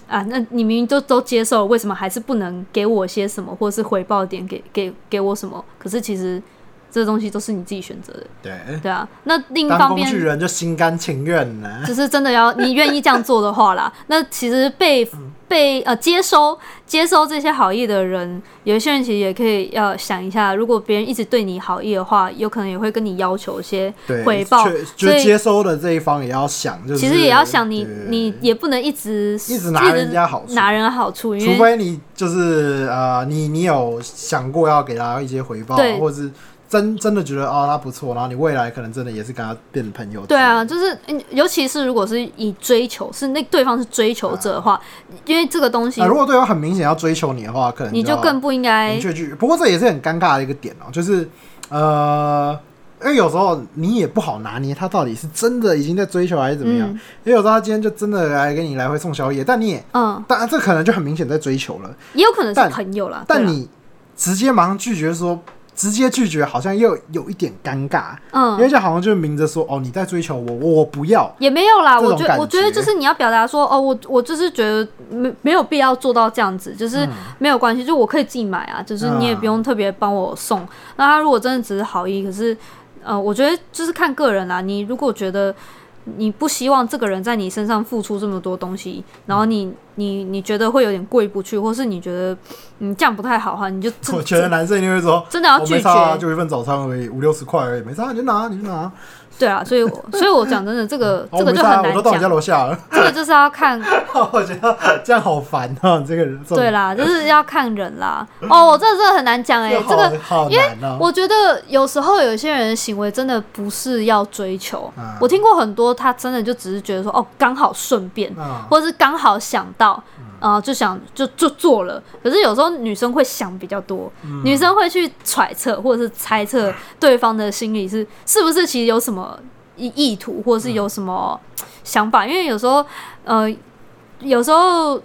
[SPEAKER 2] 啊，那你明明都都接受了，为什么还是不能给我些什么，或者是回报点给给给我什么？可是其实这东西都是你自己选择的，
[SPEAKER 1] 对，
[SPEAKER 2] 对啊。那另一
[SPEAKER 1] 当
[SPEAKER 2] 方
[SPEAKER 1] 工
[SPEAKER 2] 面，
[SPEAKER 1] 具人就心甘情愿 啊呢。
[SPEAKER 2] 只是真的要你愿意这样做的话 啦，那其实被
[SPEAKER 1] 嗯
[SPEAKER 2] 被呃接收接收这些好意的人，有一些人其实也可以要想一下，如果别人一直对你好意的话，有可能也会跟你要求一些
[SPEAKER 1] 对，
[SPEAKER 2] 回报
[SPEAKER 1] 确，就
[SPEAKER 2] 所
[SPEAKER 1] 是
[SPEAKER 2] 以
[SPEAKER 1] 接收的这一方也要想，就是
[SPEAKER 2] 其实也要想你
[SPEAKER 1] 对，
[SPEAKER 2] 你也不能一直
[SPEAKER 1] 一直拿人家好处
[SPEAKER 2] 一直拿人好处，因
[SPEAKER 1] 除
[SPEAKER 2] 为
[SPEAKER 1] 非你就是呃，你你有想过要给他一些回报啊
[SPEAKER 2] 对，
[SPEAKER 1] 或者是真真的觉得哦他不错，然后你未来可能真的也是跟他变朋友。
[SPEAKER 2] 对啊，，就是嗯尤其是如果是以追求是那对方是追求者的话，因为这个东西
[SPEAKER 1] 嗯啊，如果对方很明显要追求你的话，可能
[SPEAKER 2] 你就
[SPEAKER 1] 就要
[SPEAKER 2] 更不应该
[SPEAKER 1] 明确拒绝。不过这也是很尴尬的一个点哦、就是呃，因为有时候你也不好拿捏他到底是真的已经在追求还是怎么样。
[SPEAKER 2] 嗯
[SPEAKER 1] 因为有时候他今天就真的来给你来回送宵夜，但你也
[SPEAKER 2] 嗯，
[SPEAKER 1] 当然这可能就很明显在追求了，
[SPEAKER 2] 也有可能是
[SPEAKER 1] 但
[SPEAKER 2] 朋友啦，
[SPEAKER 1] 但
[SPEAKER 2] 对啊啦
[SPEAKER 1] 你直接马上拒绝说。直接拒绝好像又有一点尴尬，因为
[SPEAKER 2] 嗯。
[SPEAKER 1] 这好像就明着说哦你在追求我，我我不要，
[SPEAKER 2] 也没有啦，
[SPEAKER 1] 这种
[SPEAKER 2] 我觉
[SPEAKER 1] 感
[SPEAKER 2] 我觉得
[SPEAKER 1] 觉
[SPEAKER 2] 就是你要表达说，哦，我我就是觉得没没有必要做到这样子，
[SPEAKER 1] 嗯
[SPEAKER 2] 就是没有关系，就我可以自己买啊，就是你也不用特别帮我送。那他如果真的只是好意，可是，呃，我觉得就是看个人啦。你如果觉得你不希望这个人在你身上付出这么多东西，然
[SPEAKER 1] 嗯
[SPEAKER 2] 后你你你觉得会有点过意不去，或是你觉得嗯这样不太好的话，你就真
[SPEAKER 1] 我觉得男生一定会说，
[SPEAKER 2] 真的要
[SPEAKER 1] 我
[SPEAKER 2] 拒
[SPEAKER 1] 没
[SPEAKER 2] 绝
[SPEAKER 1] 差、啊，就一份早餐而已，五六十块而已，没差、啊，你就拿，你就拿。
[SPEAKER 2] 对啊，所以我所以我讲真的，这个
[SPEAKER 1] 哦，
[SPEAKER 2] 这
[SPEAKER 1] 我
[SPEAKER 2] 个
[SPEAKER 1] 没
[SPEAKER 2] 就
[SPEAKER 1] 差、
[SPEAKER 2] 很
[SPEAKER 1] 啊，我
[SPEAKER 2] 难
[SPEAKER 1] 都到你家
[SPEAKER 2] 讲，
[SPEAKER 1] 楼下了。
[SPEAKER 2] 这个就是要看
[SPEAKER 1] 我觉得这样好烦啊，你这个人。这种
[SPEAKER 2] 对， 啦，就是要看人啦。哦，这真的很难讲哎、
[SPEAKER 1] 这
[SPEAKER 2] 这个
[SPEAKER 1] 好好难啊。
[SPEAKER 2] 我觉得有时候有些人的行为真的不是要追求。
[SPEAKER 1] 嗯
[SPEAKER 2] 我听过很多，他真的就只是觉得说，哦，刚好顺便，
[SPEAKER 1] 啊，
[SPEAKER 2] 或是刚好想到，啊、就想就就做了。可是有时候女生会想比较多，女生会去揣测或者是猜测对方的心理是是不是其实有什么意意图，或是有什么想法，因为有时候呃，有时候。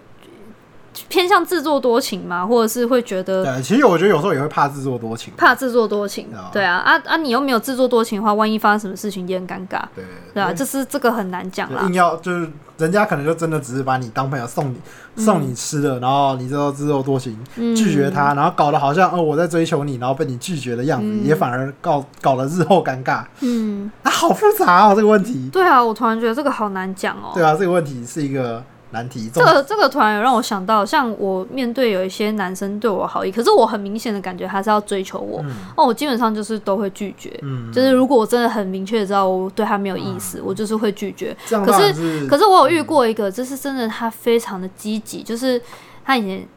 [SPEAKER 2] 偏向自作多情嘛，或者是会觉得
[SPEAKER 1] 对，其实我觉得有时候也会怕自作多情。
[SPEAKER 2] 怕自作多情
[SPEAKER 1] 啊，
[SPEAKER 2] 对啊，啊啊，你又没有自作多情的话，万一发生什么事情也很尴尬，
[SPEAKER 1] 对
[SPEAKER 2] 对啊，就是这个很难讲啊
[SPEAKER 1] 就
[SPEAKER 2] 啦
[SPEAKER 1] 硬。要就是人家可能就真的只是把你当朋友送你送你吃的，然后你之后自作多情
[SPEAKER 2] 嗯
[SPEAKER 1] 拒绝他，然后搞得好像哦我在追求你，然后被你拒绝的样子，也反而搞搞得日后尴尬
[SPEAKER 2] 嗯，
[SPEAKER 1] 啊，好复杂哦这个问题。
[SPEAKER 2] 对啊，我突然觉得这个好难讲哦。
[SPEAKER 1] 对啊，这个问题是一个难题。
[SPEAKER 2] 这个这个突然有让我想到，像我面对有一些男生对我好意，可是我很明显的感觉他是要追求我，那、我基本上就是都会拒绝。
[SPEAKER 1] 嗯，
[SPEAKER 2] 就是如果我真的很明确地知道我对他没有意思，我就是会拒绝。
[SPEAKER 1] 这样
[SPEAKER 2] 可
[SPEAKER 1] 当然
[SPEAKER 2] 是
[SPEAKER 1] 是嗯
[SPEAKER 2] 可是我有遇过一个，就是真的他非常的积极，就是他以前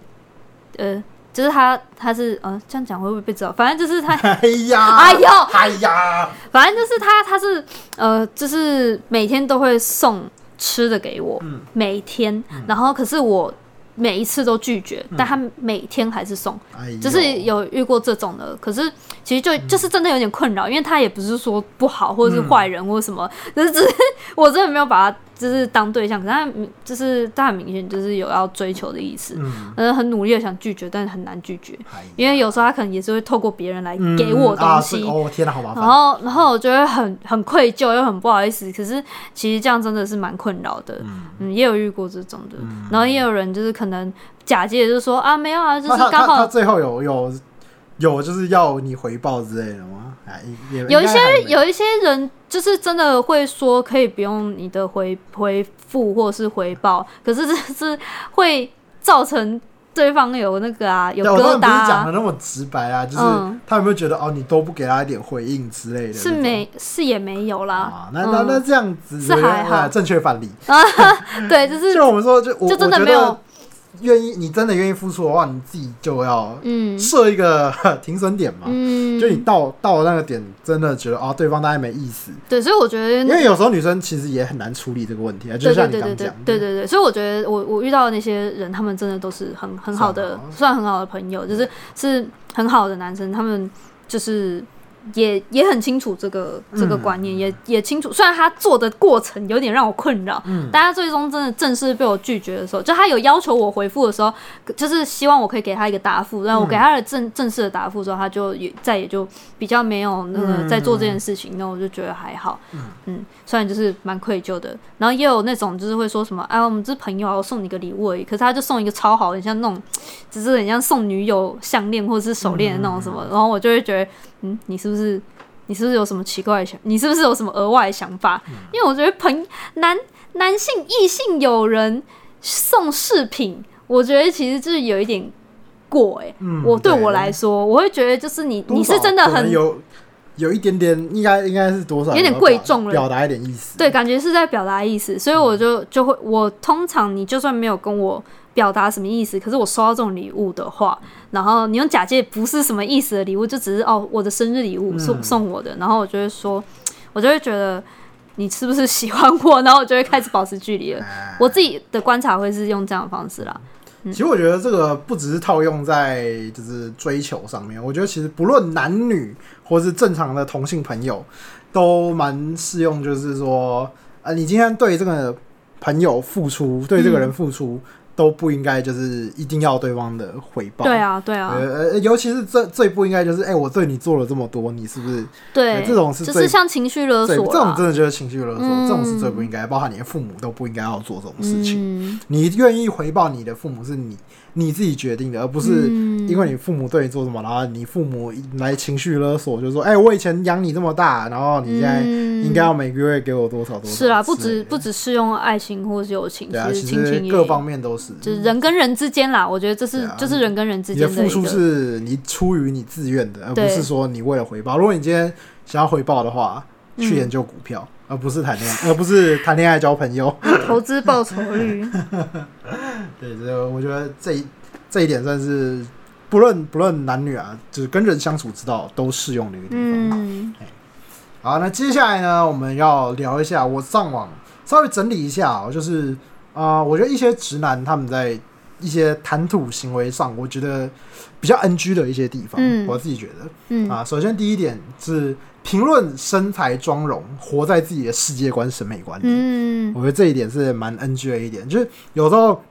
[SPEAKER 2] 呃，就是他他是呃这样讲会不会被知道？反正就是 他，
[SPEAKER 1] 哎呀，
[SPEAKER 2] 哎呦
[SPEAKER 1] 哎呀，
[SPEAKER 2] 反正就是他他是呃，就是每天都会送吃的给我，
[SPEAKER 1] 嗯嗯
[SPEAKER 2] 每天，然后可是我每一次都拒绝，但他每天还是送。
[SPEAKER 1] 哎呦，
[SPEAKER 2] 就是有遇过这种的，可是其实就
[SPEAKER 1] 嗯
[SPEAKER 2] 就是真的有点困扰，因为他也不是说不好或者是坏人或什么，只
[SPEAKER 1] 嗯
[SPEAKER 2] 是只是我真的没有把他就是当对象，可是他明就是他很明显就是有要追求的意思，
[SPEAKER 1] 嗯，
[SPEAKER 2] 嗯，很努力的想拒绝，但是很难拒绝，
[SPEAKER 1] 哎呀
[SPEAKER 2] 因为有时候他可能也是会透过别人来给我
[SPEAKER 1] 嗯啊
[SPEAKER 2] 东
[SPEAKER 1] 是
[SPEAKER 2] 西，
[SPEAKER 1] 哦，天哪，好麻
[SPEAKER 2] 然
[SPEAKER 1] 烦。
[SPEAKER 2] 后然后我觉得很很愧疚又很不好意思，可是其实这样真的是蛮困扰的，
[SPEAKER 1] 嗯，
[SPEAKER 2] 嗯，也有遇过这种的，然后也有人就是可能假借就是说啊没有啊，就是刚
[SPEAKER 1] 那他他他
[SPEAKER 2] 好
[SPEAKER 1] 最后有有有就是要你回报之类的吗？哎，也
[SPEAKER 2] 有一
[SPEAKER 1] 应该还
[SPEAKER 2] 些
[SPEAKER 1] 没
[SPEAKER 2] 有一些人就是真的会说可以不用你的回回复或是回报，可是这是会造成对方有那个啊有
[SPEAKER 1] 对我当然
[SPEAKER 2] 疙瘩、
[SPEAKER 1] 不是讲的
[SPEAKER 2] 啊，
[SPEAKER 1] 那么直白啊，就是
[SPEAKER 2] 嗯
[SPEAKER 1] 他有没有觉得哦，你都不给他一点回应之类的那种？
[SPEAKER 2] 是没是也没有啦嗯
[SPEAKER 1] 啊？，那那那这样子
[SPEAKER 2] 是还好
[SPEAKER 1] 哎正确反例。
[SPEAKER 2] 嗯、对，就是
[SPEAKER 1] 就我们说，就我
[SPEAKER 2] 就真的
[SPEAKER 1] 我觉
[SPEAKER 2] 没
[SPEAKER 1] 得
[SPEAKER 2] 有
[SPEAKER 1] 愿意，你真的愿意付出的话，你自己就要
[SPEAKER 2] 嗯
[SPEAKER 1] 设一个 呵停损点嘛。
[SPEAKER 2] 嗯，
[SPEAKER 1] 就你到到了那个点，真的觉得哦，对方大概没意思。
[SPEAKER 2] 对，所以我觉得
[SPEAKER 1] 因为有时候女生其实也很难处理这个问题啊，就
[SPEAKER 2] 对对
[SPEAKER 1] 像你
[SPEAKER 2] 对
[SPEAKER 1] 刚
[SPEAKER 2] 对
[SPEAKER 1] 刚
[SPEAKER 2] 对
[SPEAKER 1] 讲，
[SPEAKER 2] 对对，对，所以我觉得我我遇到的那些人，他们真的都是很很好的
[SPEAKER 1] 算，好啊
[SPEAKER 2] 算很好的朋友，就是是很好的男生，他们就是也也很清楚这个这个
[SPEAKER 1] 嗯
[SPEAKER 2] 观念，也也清楚。虽然他做的过程有点让我困扰，
[SPEAKER 1] 嗯
[SPEAKER 2] 但他最终真的正式被我拒绝的时候，就他有要求我回复的时候，就是希望我可以给他一个答复，然后我给
[SPEAKER 1] 嗯
[SPEAKER 2] 他的正正式的答复之后，他就也再也就比较没有那个
[SPEAKER 1] 嗯
[SPEAKER 2] 在做这件事情，那我就觉得还好。嗯，虽然就是蛮愧疚的，然后也有那种就是会说什么，哎，我们这是朋友啊，我送你个礼物而已，可是他就送一个超好的，很像那种，只是很像送女友项链或者是手链的那
[SPEAKER 1] 嗯
[SPEAKER 2] 种什么，然后我就会觉得，嗯，你是不是你是不是有什么奇怪的想，你是不是有什么额外的想法？
[SPEAKER 1] 嗯
[SPEAKER 2] 因为我觉得朋男男性异性友人送饰品，我觉得其实就是有一点过哎、
[SPEAKER 1] 嗯
[SPEAKER 2] 我对我来说，我会觉得就是你你是真
[SPEAKER 1] 多
[SPEAKER 2] 的
[SPEAKER 1] 少可能
[SPEAKER 2] 很
[SPEAKER 1] 有有一点点，应该应该是多少
[SPEAKER 2] 有点
[SPEAKER 1] 要
[SPEAKER 2] 贵
[SPEAKER 1] 表
[SPEAKER 2] 重了
[SPEAKER 1] 表达一点意思。
[SPEAKER 2] 对，感觉是在表达意思，所以我就就会，我通常你就算没有跟我表达什么意思，可是我收到这种礼物的话，然后你用假借不是什么意思的礼物，就只是哦我的生日礼物送
[SPEAKER 1] 嗯
[SPEAKER 2] 送我的，然后我就会说，我就会觉得你是不是喜欢我， 然后我就会开始保持距离了。
[SPEAKER 1] 哎，
[SPEAKER 2] 我自己的观察会是用这样的方式啦，
[SPEAKER 1] 其实我觉得这个不只是套用在就是追求上面，我觉得其实不论男女或是正常的同性朋友，都蛮适用。就是说，呃，你今天对这个朋友付出，对这个
[SPEAKER 2] 嗯
[SPEAKER 1] 人付出，都不应该就是一定要对方的回报。
[SPEAKER 2] 对。啊对啊，
[SPEAKER 1] 呃，呃尤其是最最不应该就是，哎、我对你做了这么多，你是不是
[SPEAKER 2] 对，
[SPEAKER 1] 这种是
[SPEAKER 2] 就
[SPEAKER 1] 最
[SPEAKER 2] 是像情绪勒
[SPEAKER 1] 对，
[SPEAKER 2] 索啦
[SPEAKER 1] 这种真的就是情绪勒索，
[SPEAKER 2] 嗯
[SPEAKER 1] 这种是最不应该，包含你的父母都不应该要做这种事情。
[SPEAKER 2] 嗯
[SPEAKER 1] 你愿意回报你的父母是你你自己决定的，而不是
[SPEAKER 2] 嗯
[SPEAKER 1] 因为你父母对你做什么，然后你父母来情绪勒索，就说：“哎、我以前养你这么大，然后你现在应该要每个月给我多少多少。”
[SPEAKER 2] 嗯是啊，不只
[SPEAKER 1] 止
[SPEAKER 2] 不只适用爱情或是友情，
[SPEAKER 1] 对啊，
[SPEAKER 2] 是
[SPEAKER 1] 其
[SPEAKER 2] 亲
[SPEAKER 1] 实
[SPEAKER 2] 情也
[SPEAKER 1] 各方面都是。
[SPEAKER 2] 就是人跟人之间啦，我觉得这是、
[SPEAKER 1] 对啊
[SPEAKER 2] 就是人跟人之
[SPEAKER 1] 你的
[SPEAKER 2] 间
[SPEAKER 1] 付
[SPEAKER 2] 一
[SPEAKER 1] 出
[SPEAKER 2] 个。
[SPEAKER 1] 是你出于你自愿的，而不
[SPEAKER 2] 对
[SPEAKER 1] 是说你为了回报。如果你今天想要回报的话，去
[SPEAKER 2] 嗯
[SPEAKER 1] 研究股票，而不是谈恋爱，而不是谈恋爱交朋友。
[SPEAKER 2] 投资报酬率，
[SPEAKER 1] 对，这个我觉得这一这一点算是不论不论男女啊，就是跟人相处之道都适用的一个地方。
[SPEAKER 2] 嗯，
[SPEAKER 1] 好，那接下来呢，我们要聊一下，我上网稍微整理一下、哦，就是啊、呃我觉得一些直男他们在一些谈吐行为上，我觉得比较 NG 的一些地方，
[SPEAKER 2] 嗯
[SPEAKER 1] 我自己觉得
[SPEAKER 2] 嗯
[SPEAKER 1] 啊，首先第一点是评论身材妆容，活在自己的世界观审美观里。
[SPEAKER 2] 嗯
[SPEAKER 1] 我觉得这一点是蛮 NG 的一点，就是有时候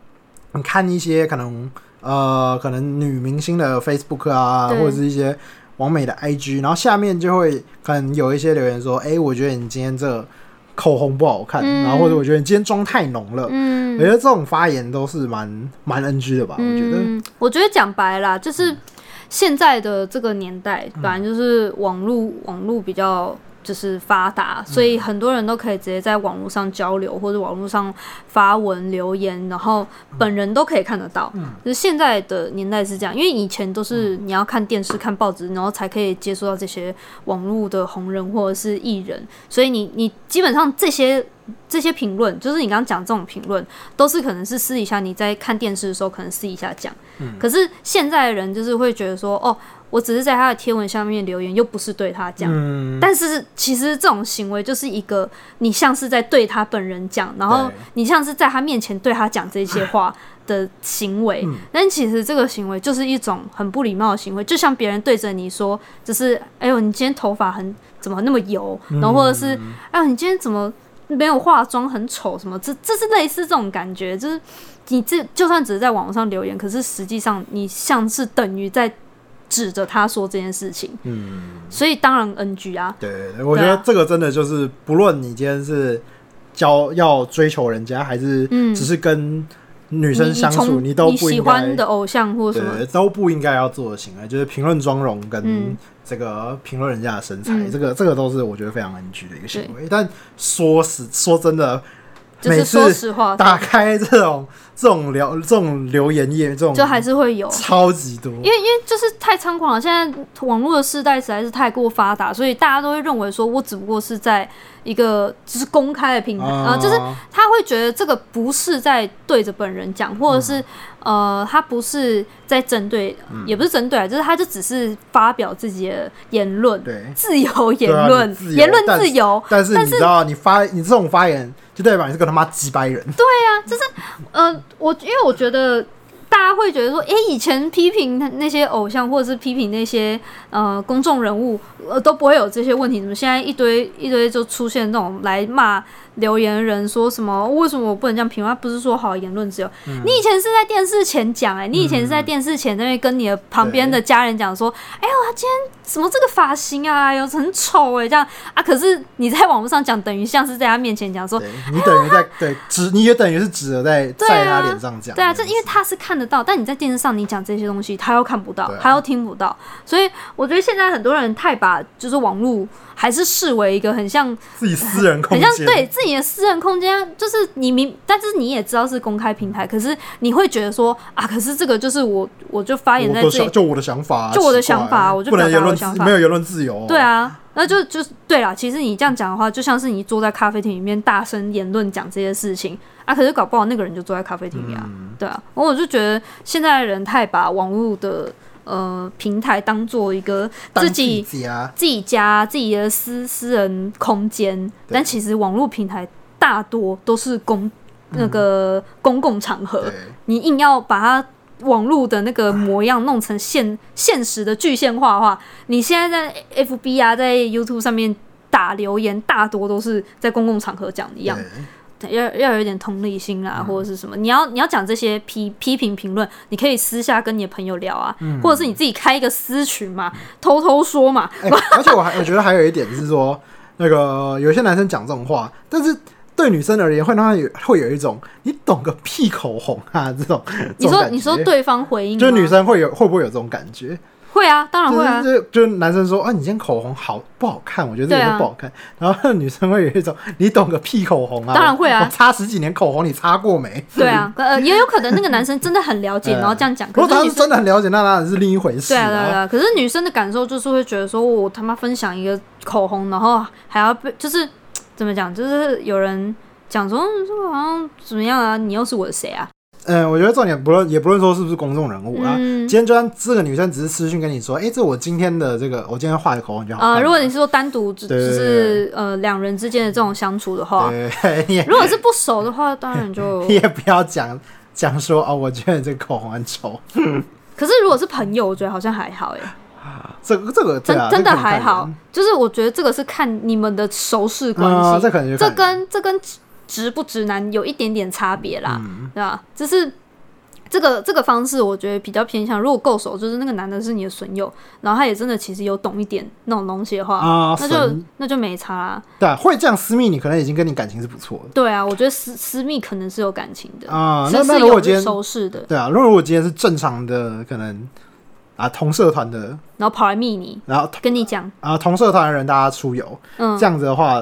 [SPEAKER 1] 你看一些可能呃，可能女明星的 Facebook 啊，
[SPEAKER 2] 对
[SPEAKER 1] 或者是一些网美的 IG，然后下面就会可能有一些留言说：“哎、我觉得你今天这口红不好看，
[SPEAKER 2] 嗯
[SPEAKER 1] 然后或者我觉得你今天妆太浓了。我
[SPEAKER 2] 嗯，
[SPEAKER 1] 觉得这种发言都是蛮蛮 NG 的吧，我觉得。嗯
[SPEAKER 2] 嗯，我觉得讲白啦，就是现在的这个年代，反正就是网络网络比较。就是发达，
[SPEAKER 1] 嗯
[SPEAKER 2] 所以很多人都可以直接在网络上交流，或者网络上发文留言，然后
[SPEAKER 1] 嗯
[SPEAKER 2] 本人都可以看得到。就是现在的年代是这样，因为以前都是
[SPEAKER 1] 嗯
[SPEAKER 2] 你要看电视、看报纸，然后才可以接触到这些网络的红人或者是艺人，所以你你基本上这些这些评论，就是你刚刚讲这种评论，都是可能是私底下你在看电视的时候，可能私底下讲。可是现在的人就是会觉得说，哦，我只是在他的贴文下面留言，又不是对他讲。
[SPEAKER 1] 嗯，
[SPEAKER 2] 但是其实这种行为就是一个你像是在对他本人讲，然后
[SPEAKER 1] 对
[SPEAKER 2] 你像是在他面前对他讲这些 话的行为，
[SPEAKER 1] 嗯
[SPEAKER 2] 但其实这个行为就是一种很不礼貌的行为，就像别人对着你说，只是哎呦你今天头发很怎么那么油，
[SPEAKER 1] 嗯
[SPEAKER 2] 然后或者是哎呦你今天怎么没有化妆很丑什么，这这是类似这种感觉，就是你这就算只是在网络上留言，可是实际上你像是等于在指着他说这件事情，
[SPEAKER 1] 嗯，
[SPEAKER 2] 所以当然 NG 啊，
[SPEAKER 1] 对对对，我觉得这个真的就是，不论你今天是交要追求人家，还是
[SPEAKER 2] 嗯
[SPEAKER 1] 只是跟女生
[SPEAKER 2] 你
[SPEAKER 1] 相
[SPEAKER 2] 你
[SPEAKER 1] 处，
[SPEAKER 2] 从
[SPEAKER 1] 你都不
[SPEAKER 2] 喜
[SPEAKER 1] 应
[SPEAKER 2] 欢
[SPEAKER 1] 该
[SPEAKER 2] 的偶像或什么，
[SPEAKER 1] 对，都不应该要做的行为，就是评论妆容跟
[SPEAKER 2] 嗯
[SPEAKER 1] 这个评论人家的身材，
[SPEAKER 2] 嗯
[SPEAKER 1] 这个这个都是我觉得非常 NG 的一个行为。但说实说真的，
[SPEAKER 2] 就是说
[SPEAKER 1] 每次
[SPEAKER 2] 实话，
[SPEAKER 1] 打开这种这种聊这种留言页，这种
[SPEAKER 2] 就还是会有，
[SPEAKER 1] 超级多，
[SPEAKER 2] 因为因为就是太猖狂了。现在网络的世代实在是太过发达，所以大家都会认为说我只不过是在一个就是公开的平台，
[SPEAKER 1] 啊，
[SPEAKER 2] 啊、就是他会觉得这个不是在对着本人讲，或者是、
[SPEAKER 1] 嗯
[SPEAKER 2] 呃，他不是在针对，也不是针对啊，就是他就只是发表自己的言论，
[SPEAKER 1] 对。
[SPEAKER 2] 自由言
[SPEAKER 1] 对啊
[SPEAKER 2] 论，
[SPEAKER 1] 自由
[SPEAKER 2] 言论
[SPEAKER 1] 但
[SPEAKER 2] 自由，
[SPEAKER 1] 但是你知道，你发你这种发言，就代表你是个他妈鸡掰人。
[SPEAKER 2] 呃，我因为我觉得大家会觉得说，诶，以前批评那些偶像或者是批评那些呃公众人物，呃都不会有这些问题，怎么现在一堆一堆就出现那种来骂留言人说什么为什么我不能这样评论？他不是说好言论自由，你以前是在电视前讲，诶，你以前是在电视前那边跟你的旁边的家人讲说，哎呦，他今天什么这个发型啊，有很丑诶，这样啊，可是你在网络上讲，等于像是在他面前讲说，
[SPEAKER 1] 对你等于在对指，你也等于是指着在
[SPEAKER 2] 对啊
[SPEAKER 1] 在他脸上讲。
[SPEAKER 2] 对啊，这因为他是看得到，但你在电视上你讲这些东西，他又看不到
[SPEAKER 1] 对啊，
[SPEAKER 2] 他又听不到，所以我觉得现在很多人太把就是网络还是视为一个很像
[SPEAKER 1] 自己私人空
[SPEAKER 2] 很
[SPEAKER 1] 间
[SPEAKER 2] 像，对自己的私人空间，就是你明，但是你也知道是公开平台，可是你会觉得说啊，可是这个就是我我就发言
[SPEAKER 1] 我
[SPEAKER 2] 在
[SPEAKER 1] 的
[SPEAKER 2] 这
[SPEAKER 1] 想
[SPEAKER 2] 里，
[SPEAKER 1] 就我的想法啊，
[SPEAKER 2] 就我的
[SPEAKER 1] 奇怪
[SPEAKER 2] 想法我就
[SPEAKER 1] 不能
[SPEAKER 2] 表达
[SPEAKER 1] 言论
[SPEAKER 2] 我的想
[SPEAKER 1] 自
[SPEAKER 2] 法
[SPEAKER 1] 没有言论自由。
[SPEAKER 2] 对，啊。那就就是对啦，其实你这样讲的话，就像是你坐在咖啡厅里面大声言论讲这些事情啊，可是搞不好那个人就坐在咖啡厅里啊。
[SPEAKER 1] 嗯，
[SPEAKER 2] 对啊，我就觉得现在的人太把网络的呃平台当做一个自己
[SPEAKER 1] 当啊家
[SPEAKER 2] 自己家自己的私私人空间，但其实网络平台大多都是公那个公共场合
[SPEAKER 1] 对，，
[SPEAKER 2] 你硬要把它。网络的那个模样弄成现 现实的具现化的话，你现在在 FB 啊，在 YouTube 上面打留言，大多都是在公共场合讲一样
[SPEAKER 1] 对。
[SPEAKER 2] 对要要有一点同理心
[SPEAKER 1] 嗯
[SPEAKER 2] 啦，或者是什么？你要你要讲这些批批评评论，你可以私下跟你的朋友聊啊，
[SPEAKER 1] 嗯
[SPEAKER 2] 或者是你自己开一个私群嘛，偷偷说嘛。
[SPEAKER 1] 哎、而且我还我觉得还有一点是说，那个有些男生讲这种话，但是对女生而言会让他有会有一种你懂个屁口红啊这种。
[SPEAKER 2] 你
[SPEAKER 1] 这种
[SPEAKER 2] 说
[SPEAKER 1] 感觉
[SPEAKER 2] 你说，对方回应吗，
[SPEAKER 1] 就是女生会有会不会有这种感觉？
[SPEAKER 2] 会啊，当然会啊
[SPEAKER 1] 就，是就就是男生说啊，你今天口红好不好看？我觉得这
[SPEAKER 2] 对
[SPEAKER 1] 个
[SPEAKER 2] 啊
[SPEAKER 1] 都不好看。然后女生会有一种你懂个屁口红啊！
[SPEAKER 2] 当然会啊
[SPEAKER 1] 我擦十几年口红，你擦过没？
[SPEAKER 2] 对啊，呃，也有可能那个男生真的很了 解，
[SPEAKER 1] 嗯
[SPEAKER 2] 然后这样讲，
[SPEAKER 1] 如
[SPEAKER 2] 可
[SPEAKER 1] 果
[SPEAKER 2] 是
[SPEAKER 1] 他
[SPEAKER 2] 女
[SPEAKER 1] 是
[SPEAKER 2] 生。
[SPEAKER 1] 真的很了解，那当然是另一回事
[SPEAKER 2] 对啊，对啊，对。啊。可是女生的感受就是会觉得说，我他妈分享一个口红，然后还要被，就是怎么讲，就是有人讲说，嗯这个好像怎么样啊？你又是我的谁啊？
[SPEAKER 1] 嗯，我觉得重点不论也不论说是不是公众人物啦，啊
[SPEAKER 2] 嗯
[SPEAKER 1] 今天就算这个女生只是私讯跟你说，哎、这我今天的这个我今天画的口红你觉得好看吗。
[SPEAKER 2] 啊，如果你是说单独只
[SPEAKER 1] 对
[SPEAKER 2] 只
[SPEAKER 1] 对
[SPEAKER 2] 是呃两人之间的这种相处的话，
[SPEAKER 1] 对， 你也
[SPEAKER 2] 如果是不熟的话，当然就
[SPEAKER 1] 你也不要讲讲说哦，我觉得这个口红很丑，
[SPEAKER 2] 可是如果是朋友，我觉得好像还好哎，
[SPEAKER 1] 这个这个对
[SPEAKER 2] 真
[SPEAKER 1] 啊
[SPEAKER 2] 真的
[SPEAKER 1] 这个可能
[SPEAKER 2] 还好。就是我觉得这个是看你们的熟识
[SPEAKER 1] 看人啊，
[SPEAKER 2] 关系
[SPEAKER 1] 这，可能就
[SPEAKER 2] 这
[SPEAKER 1] 看人
[SPEAKER 2] 跟这跟直不直男有一点点差别啦，
[SPEAKER 1] 嗯
[SPEAKER 2] 对吧？就是。这个这个方式我觉得比较偏向，如果够熟，就是那个男的是你的损友，然后他也真的其实有懂一点那种东西的话，
[SPEAKER 1] 啊，
[SPEAKER 2] 那就
[SPEAKER 1] 神
[SPEAKER 2] 那就没差啦。
[SPEAKER 1] 对啊会这样私密，你可能已经跟你感情是不错
[SPEAKER 2] 对啊，我觉得私私密可能是有感情的
[SPEAKER 1] 的，啊。
[SPEAKER 2] 是
[SPEAKER 1] 那
[SPEAKER 2] 是
[SPEAKER 1] 那如果
[SPEAKER 2] 有
[SPEAKER 1] 今天
[SPEAKER 2] 收拾的，
[SPEAKER 1] 对啊，如果我今天是正常的，可能啊同社团的，
[SPEAKER 2] 然后跑来密你，
[SPEAKER 1] 然后
[SPEAKER 2] 跟你讲，
[SPEAKER 1] 啊同社团的人大家出游，
[SPEAKER 2] 嗯
[SPEAKER 1] 这，样子的话，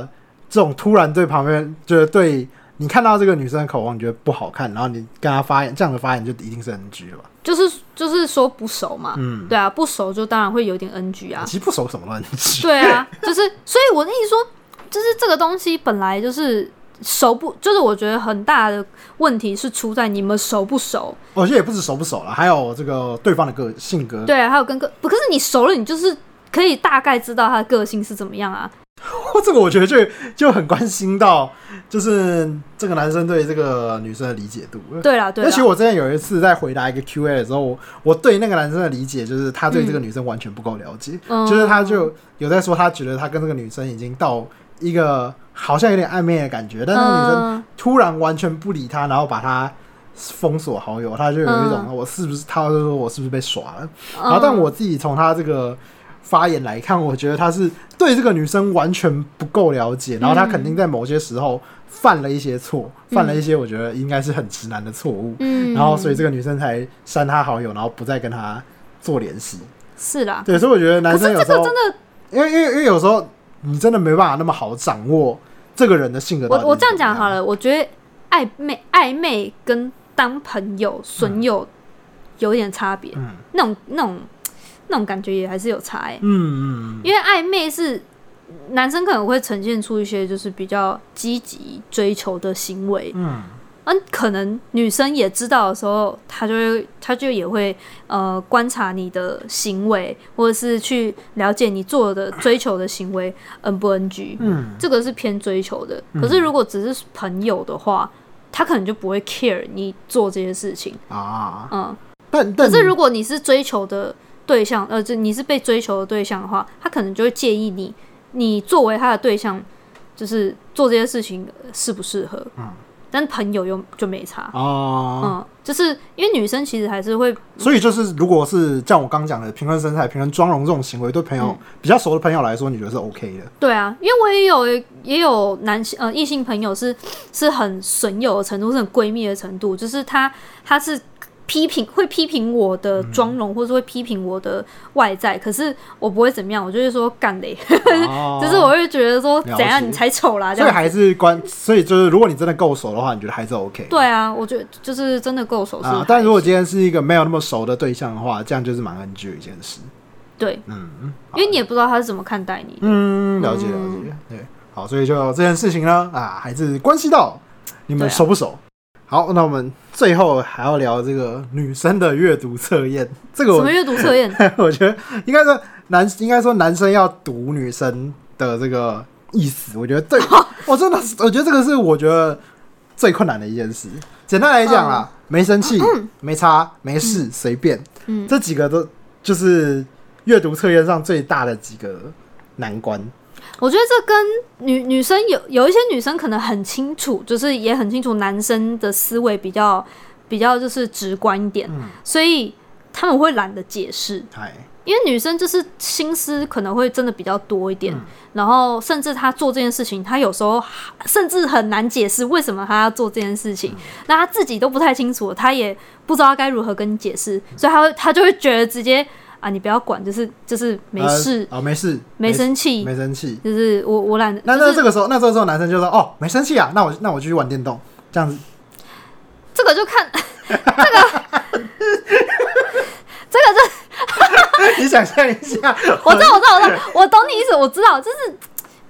[SPEAKER 1] 这种突然对旁边就是对你看到这个女生的口红，你觉得不好看，然后你跟她发言，这样的发言就一定是 NG 了吧？
[SPEAKER 2] 就是就是说不熟嘛，
[SPEAKER 1] 嗯，
[SPEAKER 2] 对啊，不熟就当然会有点 NG 啊，
[SPEAKER 1] 其实不熟什么都 NG。
[SPEAKER 2] 对啊，就是所以我的意思说，就是这个东西本来就是熟不，就是我觉得很大的问题是出在你们熟不熟，
[SPEAKER 1] 我觉得也不止熟不熟了，还有这个对方的个性格。
[SPEAKER 2] 对啊，还有跟个，不可是你熟了，你就是可以大概知道他的个性是怎么样啊，
[SPEAKER 1] 哦这个我觉得就就很关心到，就是这个男生对这个女生的理解度。
[SPEAKER 2] 对啦，对啊
[SPEAKER 1] 而
[SPEAKER 2] 啦
[SPEAKER 1] 且，我之前有一次在回答一个 Q&A 的时候，我我对那个男生的理解就是他对这个女生完全不够了解，
[SPEAKER 2] 嗯
[SPEAKER 1] 就是他就有在说他觉得他跟这个女生已经到一个好像有点暧昧的感觉，但是那个女生
[SPEAKER 2] 嗯
[SPEAKER 1] 突然完全不理他，然后把他封锁好友，他就有一种、
[SPEAKER 2] 嗯
[SPEAKER 1] 我是不是，他就说我是不是被耍了？然后
[SPEAKER 2] 嗯
[SPEAKER 1] 但我自己从他这个发言来看，我觉得他是对这个女生完全不够了解，然后他肯
[SPEAKER 2] 嗯
[SPEAKER 1] 定在某些时候犯了一些错，犯了一些我觉得应该是很直男的错误，
[SPEAKER 2] 嗯，
[SPEAKER 1] 然后所以这个女生才删他好友，然后不再跟他做联系。
[SPEAKER 2] 是啦，
[SPEAKER 1] 对，所以我觉得男
[SPEAKER 2] 啊可是
[SPEAKER 1] 生有
[SPEAKER 2] 这
[SPEAKER 1] 时
[SPEAKER 2] 个
[SPEAKER 1] 候，
[SPEAKER 2] 真的，
[SPEAKER 1] 因为因为因为有时候你真的没办法那么好掌握这个人的性格到底
[SPEAKER 2] 我
[SPEAKER 1] 是怎样。
[SPEAKER 2] 我这样讲好了，我觉得暧昧暧昧跟当朋友损友有点差别，
[SPEAKER 1] 嗯
[SPEAKER 2] 那种那种那种感觉也还是有差哎、
[SPEAKER 1] 嗯，嗯嗯，
[SPEAKER 2] 因为暧昧是男生可能会呈现出一些就是比较积极追求的行为，
[SPEAKER 1] 嗯，
[SPEAKER 2] 嗯，可能女生也知道的时候，她就会她就也会呃观察你的行为，或者是去了解你做的追求的行为 N 不 NG，
[SPEAKER 1] 嗯，
[SPEAKER 2] 这个是偏追求的。可是如果只是朋友的话，他可能就不会 care 你做这些事情，
[SPEAKER 1] 啊，
[SPEAKER 2] 嗯。
[SPEAKER 1] 但但
[SPEAKER 2] 可是如果你是追求的对象，呃，就你是被追求的对象的话，他可能就会建议你，你作为他的对象，就是做这些事情呃适不适合。
[SPEAKER 1] 嗯，
[SPEAKER 2] 但朋友又就没差。
[SPEAKER 1] 哦，
[SPEAKER 2] 嗯，就是因为女生其实还是会，
[SPEAKER 1] 所以就是，如果是像我刚讲的评论身材、评论妆容这种行为，对朋友、
[SPEAKER 2] 嗯
[SPEAKER 1] 比较熟的朋友来说，你觉得是 OK 的？
[SPEAKER 2] 对啊，因为我也有也有男性呃异性朋友是是很损友的程度，是很闺蜜的程度，就是他他是批评会批评我的妆
[SPEAKER 1] 嗯
[SPEAKER 2] 容，或者是会批评我的外在，可是我不会怎么样，我就会说干嘞，
[SPEAKER 1] 哦
[SPEAKER 2] 就是我会觉得说，
[SPEAKER 1] 了解
[SPEAKER 2] 怎样你才丑啦，这
[SPEAKER 1] 所以
[SPEAKER 2] 样。
[SPEAKER 1] 还是关，所以就是，如果你真的够熟的话，你觉得还是 OK
[SPEAKER 2] 对啊，我觉得就是真的够手势、
[SPEAKER 1] 啊。但如果今天是一个没有那么熟的对象的话，这样就是蛮 NG 的一件事。
[SPEAKER 2] 对，
[SPEAKER 1] 嗯
[SPEAKER 2] 因为你也不知道他是怎么看待你的。
[SPEAKER 1] 嗯，了解了解，对，好，所以就这件事情呢，啊，还是关系到你们
[SPEAKER 2] 对啊
[SPEAKER 1] 熟不熟。好，那我们最后还要聊这个女生的阅读测验，这个
[SPEAKER 2] 什
[SPEAKER 1] 我
[SPEAKER 2] 么阅读测验？
[SPEAKER 1] 我觉得应该说男，应该说男生要读女生的这个意思，我觉得最，
[SPEAKER 2] 哦
[SPEAKER 1] 我真的是，我觉得这个是我觉得最困难的一件事。简单来讲啦，没生气、没差、没事、随便，
[SPEAKER 2] 嗯
[SPEAKER 1] 这几个都就是阅读测验上最大的几个难关。
[SPEAKER 2] 我觉得这跟女女生有有一些女生可能很清楚，就是也很清楚男生的思维比较比较就是直观一点，
[SPEAKER 1] 嗯
[SPEAKER 2] 所以他们会懒得解释。
[SPEAKER 1] 哎，
[SPEAKER 2] 因为女生就是心思可能会真的比较多一点，
[SPEAKER 1] 嗯
[SPEAKER 2] 然后甚至她做这件事情，她有时候甚至很难解释为什么她要做这件事情，那她自己都不太清楚，她也不知道该如何跟你解释，所以她会她就会觉得直接啊，你不要管，就是就是没事，
[SPEAKER 1] 呃哦，没事，
[SPEAKER 2] 没生气，
[SPEAKER 1] 没生气。
[SPEAKER 2] 就是我我懒得，
[SPEAKER 1] 那
[SPEAKER 2] 就
[SPEAKER 1] 那
[SPEAKER 2] 是
[SPEAKER 1] 这个时候，那这个时候男生就说：“哦，没生气啊，那我那我继续玩电动，这样子
[SPEAKER 2] 这个就看
[SPEAKER 1] 你想象一下，
[SPEAKER 2] 我知道我知道我知道我懂你意思，我知道就是。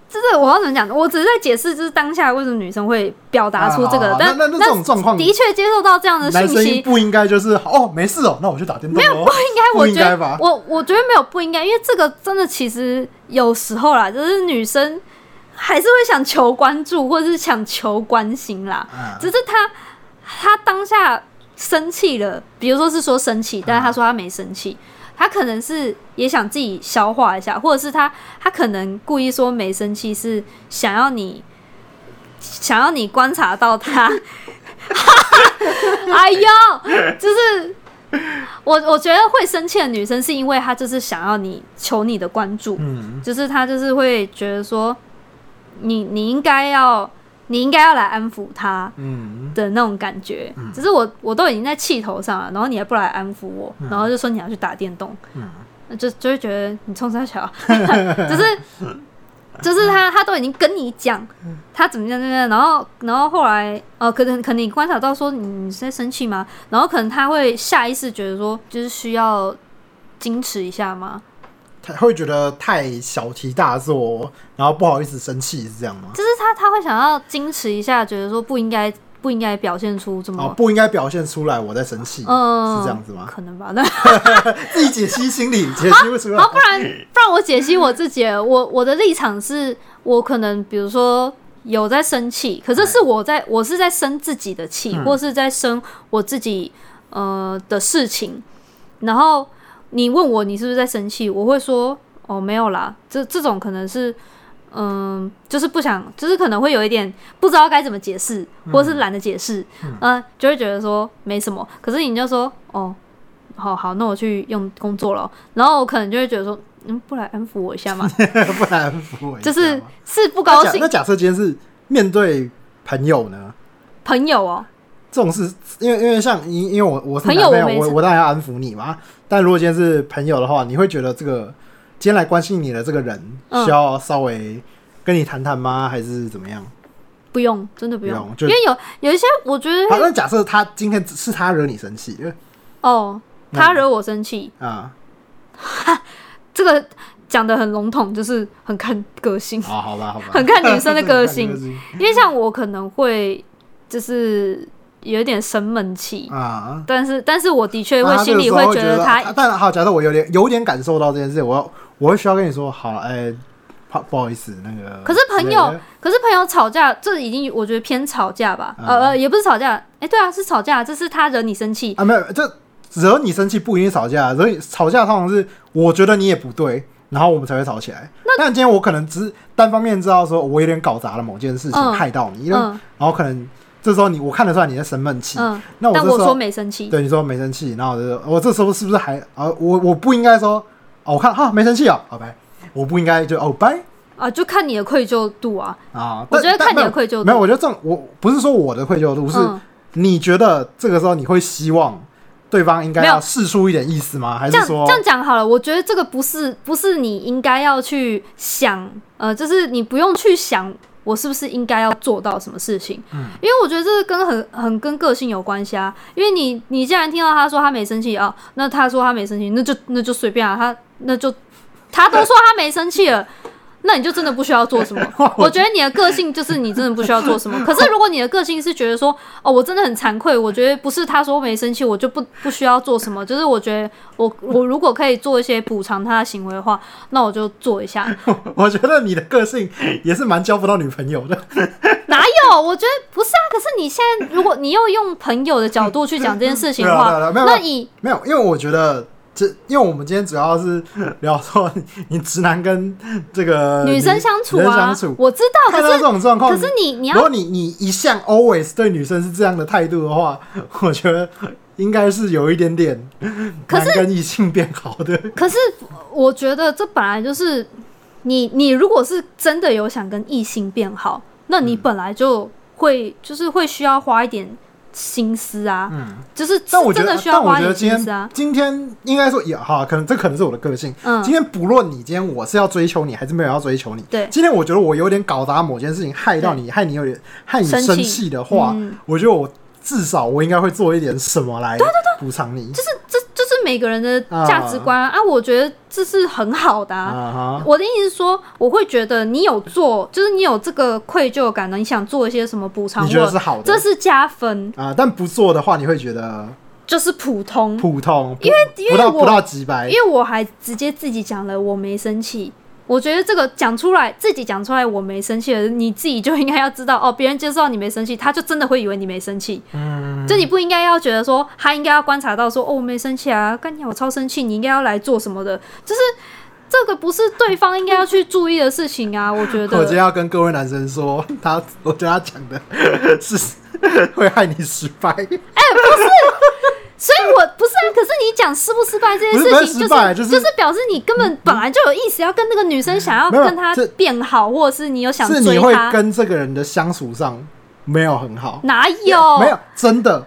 [SPEAKER 2] 就是我要怎么讲？我只是在解释，就是当下为什么女生会表达出这个，
[SPEAKER 1] 啊
[SPEAKER 2] 但
[SPEAKER 1] 那那那这种状况
[SPEAKER 2] 的确接受到这样的讯
[SPEAKER 1] 男
[SPEAKER 2] 息
[SPEAKER 1] 生，不应该就是哦，没事哦，那我去打电动、哦。没有，不
[SPEAKER 2] 应该，我
[SPEAKER 1] 应
[SPEAKER 2] 觉
[SPEAKER 1] 该
[SPEAKER 2] 得
[SPEAKER 1] 吧
[SPEAKER 2] 我我觉得没有不应该，因为这个真的其实有时候啦，就是女生还是会想求关注，或者是想求关心啦。
[SPEAKER 1] 嗯
[SPEAKER 2] 只是她她当下生气了，比如说是说生气，但是她说她没生气，她可能是也想自己消化一下，或者是她她可能故意说没生气，是想要你想要你观察到她。哎呦，就是我我觉得会生气的女生，是因为她就是想要你求你的关注，
[SPEAKER 1] 嗯，
[SPEAKER 2] 就是她就是会觉得说，你你应该要你应该要来安抚他
[SPEAKER 1] 嗯，
[SPEAKER 2] 的那种感觉。只是我我都已经在气头上了，然后你还不来安抚我，
[SPEAKER 1] 嗯
[SPEAKER 2] 然后就说你要去打电动，那就就会觉得你冲啥小， 就是就是他他都已经跟你讲
[SPEAKER 1] 嗯
[SPEAKER 2] 他怎么样怎么样，然后然后后来呃，可能可能你观察到说你你是在生气吗？然后可能他会下意识觉得说就是需要矜持一下吗？
[SPEAKER 1] 他会觉得太小题大做，然后不好意思生气是这样吗？
[SPEAKER 2] 就是他他会想要矜持一下，觉得说不应该不应该表现出这么
[SPEAKER 1] 哦，不应该表现出来我在生气，
[SPEAKER 2] 嗯，
[SPEAKER 1] 是这样子吗？
[SPEAKER 2] 可能吧，那
[SPEAKER 1] 自己解析心理，解析为什么
[SPEAKER 2] 哦好，不然不然我解析我自己，我我的立场是我可能比如说有在生气，可是是我在我是在生自己的气，
[SPEAKER 1] 嗯
[SPEAKER 2] 或是在生我自己呃的事情，然后你问我你是不是在生气，我会说哦没有啦，这这种可能是。嗯，就是不想，就是可能会有一点不知道该怎么解释，或是懒得解释，嗯、就会觉得说没什么。可是你就说，哦，好好，那我去用工作了哦。然后我可能就会觉得说，嗯，不来安抚我一 下嘛，
[SPEAKER 1] 不然安抚我一下吗
[SPEAKER 2] 就是是不
[SPEAKER 1] 啊那
[SPEAKER 2] 高
[SPEAKER 1] 假
[SPEAKER 2] 兴
[SPEAKER 1] 那假设今天是面对朋友呢？
[SPEAKER 2] 朋友哦，
[SPEAKER 1] 这种事，因为因为像因因为我我是
[SPEAKER 2] 朋
[SPEAKER 1] 男
[SPEAKER 2] 友
[SPEAKER 1] 朋
[SPEAKER 2] 我没
[SPEAKER 1] 友，我
[SPEAKER 2] 事
[SPEAKER 1] 我当然要安抚你嘛。但如果今天是朋友的话，你会觉得这个今天来关心你的这个人
[SPEAKER 2] 嗯
[SPEAKER 1] 需要稍微跟你谈谈吗？还是怎么样？
[SPEAKER 2] 不用，真的不
[SPEAKER 1] 不
[SPEAKER 2] 用
[SPEAKER 1] 用，就
[SPEAKER 2] 因为有有一些我觉
[SPEAKER 1] 好，
[SPEAKER 2] 得
[SPEAKER 1] 那假设他今天是他惹你生气了
[SPEAKER 2] 哦，他惹我生气，
[SPEAKER 1] 啊，
[SPEAKER 2] 这个讲的很笼统，就是很看个性，
[SPEAKER 1] 好好吧，好吧，
[SPEAKER 2] 很看 女生的个性
[SPEAKER 1] 啊很看女生
[SPEAKER 2] 因为像我可能会就是有点生闷气
[SPEAKER 1] 的。啊。
[SPEAKER 2] 但是，但是我的确会
[SPEAKER 1] 那他这
[SPEAKER 2] 心
[SPEAKER 1] 个
[SPEAKER 2] 里
[SPEAKER 1] 时候
[SPEAKER 2] 会
[SPEAKER 1] 会
[SPEAKER 2] 觉得他
[SPEAKER 1] 啊但好，假设我有点有点感受到这件事，我要我会需要跟你说，好，哎、不不好意思，那个。
[SPEAKER 2] 可是朋友
[SPEAKER 1] 嗯对
[SPEAKER 2] 可是朋友吵架，这已经我觉得偏吵架吧，
[SPEAKER 1] 嗯
[SPEAKER 2] 呃呃，也不是吵架，哎、对啊，是吵架，这是他惹你生气，
[SPEAKER 1] 啊，没有，这惹你生气不一定吵架，啊惹你吵架通常是我觉得你也不对，然后我们才会吵起来。但今天我可能只是单方面知道说我有点搞砸了某件事情，
[SPEAKER 2] 嗯
[SPEAKER 1] 害到你，因为、
[SPEAKER 2] 嗯
[SPEAKER 1] 然后可能这时候你我看得出来你在生闷气，
[SPEAKER 2] 嗯，
[SPEAKER 1] 那我
[SPEAKER 2] 但
[SPEAKER 1] 这
[SPEAKER 2] 我
[SPEAKER 1] 时
[SPEAKER 2] 说
[SPEAKER 1] 候
[SPEAKER 2] 没生气，
[SPEAKER 1] 对你说没生气，然后我就说我这时候是不是还啊我我不应该说哦我看哈、没生气啊，好拜，我不应该就哦拜。
[SPEAKER 2] 啊，就看你的愧疚度啊，
[SPEAKER 1] 啊，
[SPEAKER 2] 我
[SPEAKER 1] 但
[SPEAKER 2] 觉得
[SPEAKER 1] 但
[SPEAKER 2] 看你
[SPEAKER 1] 没有
[SPEAKER 2] 的愧疚度
[SPEAKER 1] 没有，我觉得这种我不是说我的愧疚度，是
[SPEAKER 2] 嗯
[SPEAKER 1] 你觉得这个时候你会希望对方应该
[SPEAKER 2] 没有
[SPEAKER 1] 要试出一点意思吗？还
[SPEAKER 2] 这
[SPEAKER 1] 是
[SPEAKER 2] 样
[SPEAKER 1] 说
[SPEAKER 2] 这样讲好了，我觉得这个不是不是你应该要去想，呃，就是你不用去想我是不是应该要做到什么事情，
[SPEAKER 1] 嗯
[SPEAKER 2] 因为我觉得这个跟很很跟个性有关系啊，因为你你既然听到他说他没生气啊，那他说他没生气，那就那就随便啊，他那就他都说他没生气了。那你就真的不需要做什么
[SPEAKER 1] 我。
[SPEAKER 2] 我觉得你的个性就是你真的不需要 做什么。可是如果你的个性是觉得说，哦，我真的很惭愧，我觉得不是他说没生气，我就不不需要做什么。就是我觉得我我如果可以做一些补偿他的行为的话，那我就做一下。
[SPEAKER 1] 我觉得你的个性也是蛮交不到女朋友的，
[SPEAKER 2] 哪有？我觉得不是啊。可是你现在如果你又用朋友的角度去讲这件事情 的
[SPEAKER 1] 对啊对
[SPEAKER 2] 话
[SPEAKER 1] 啊，对啊没有
[SPEAKER 2] 那以
[SPEAKER 1] 没有，因为我觉得。这，因为我们今天主要是聊说你你直男跟这个
[SPEAKER 2] 女生相处
[SPEAKER 1] 人
[SPEAKER 2] 啊
[SPEAKER 1] 相处，，
[SPEAKER 2] 我知道。
[SPEAKER 1] 看到
[SPEAKER 2] 可
[SPEAKER 1] 这
[SPEAKER 2] 是
[SPEAKER 1] 种状况，
[SPEAKER 2] 可是你你
[SPEAKER 1] 如
[SPEAKER 2] 要
[SPEAKER 1] 果你你一向 always 对女生是这样的态度的话，我觉得应该是有一点点
[SPEAKER 2] 可
[SPEAKER 1] 难跟异性变好的。
[SPEAKER 2] 可是我觉得这本来就是你，你如果是真的有想跟异性变好，那你本来就会、就是会需要花一点心思啊，
[SPEAKER 1] 嗯，
[SPEAKER 2] 就是
[SPEAKER 1] 但我觉
[SPEAKER 2] 真
[SPEAKER 1] 得
[SPEAKER 2] 的，需要
[SPEAKER 1] 但我
[SPEAKER 2] 花
[SPEAKER 1] 觉
[SPEAKER 2] 一
[SPEAKER 1] 得
[SPEAKER 2] 点
[SPEAKER 1] 今
[SPEAKER 2] 心思啊
[SPEAKER 1] 天。今天应该说也好，可能这可能是我的个性。
[SPEAKER 2] 嗯
[SPEAKER 1] 今天不论你今天我是要追求你还是没有要追求你，
[SPEAKER 2] 对
[SPEAKER 1] 今天我觉得我有点搞砸某件事情，害到你，害你有点害你
[SPEAKER 2] 生气
[SPEAKER 1] 生气的话，
[SPEAKER 2] 嗯
[SPEAKER 1] 我觉得我至少我应该会做一点什么来补偿你。
[SPEAKER 2] 就是这就是每个人的价值观啊啊我觉得这是很好的啊。
[SPEAKER 1] 啊哈，
[SPEAKER 2] 我的意思是说，我会觉得你有做，就是你有这个愧疚感啊呢，你想做一些什么补偿
[SPEAKER 1] 你觉得是
[SPEAKER 2] 我，
[SPEAKER 1] 好的
[SPEAKER 2] 这是加分，
[SPEAKER 1] 啊、但不做的话，你会觉得
[SPEAKER 2] 就是普通。
[SPEAKER 1] 普通，
[SPEAKER 2] 因为
[SPEAKER 1] 不
[SPEAKER 2] 因为
[SPEAKER 1] 不到
[SPEAKER 2] 我
[SPEAKER 1] 不到几百
[SPEAKER 2] 因，为我还直接自己讲了，我没生气。我觉得这个讲出来，自己讲出来我没生气了，你自己就应该要知道哦，别人接受到你没生气，他就真的会以为你没生气。
[SPEAKER 1] 嗯，
[SPEAKER 2] 就你不应该要觉得说，他应该要观察到说，哦，我没生气啊，干你我超生气，你应该要来做什么的，就是这个不是对方应该要去注意的事情啊，我觉
[SPEAKER 1] 我今天
[SPEAKER 2] 得。
[SPEAKER 1] 要跟各位男生说，他我觉得他讲的是会害你失败。
[SPEAKER 2] 所以我不是啊，可是你你讲失不失败这件
[SPEAKER 1] 不是不是
[SPEAKER 2] 事情，
[SPEAKER 1] 失
[SPEAKER 2] 就
[SPEAKER 1] 败
[SPEAKER 2] 是
[SPEAKER 1] 就是嗯
[SPEAKER 2] 是表示你根本本来就有意思要跟那个女生想要
[SPEAKER 1] 没有
[SPEAKER 2] 跟她
[SPEAKER 1] 这
[SPEAKER 2] 变好，或者是你有想
[SPEAKER 1] 是你
[SPEAKER 2] 追
[SPEAKER 1] 会
[SPEAKER 2] 她，
[SPEAKER 1] 跟这个人的相处上没有很好，
[SPEAKER 2] 哪有？
[SPEAKER 1] 没有真的。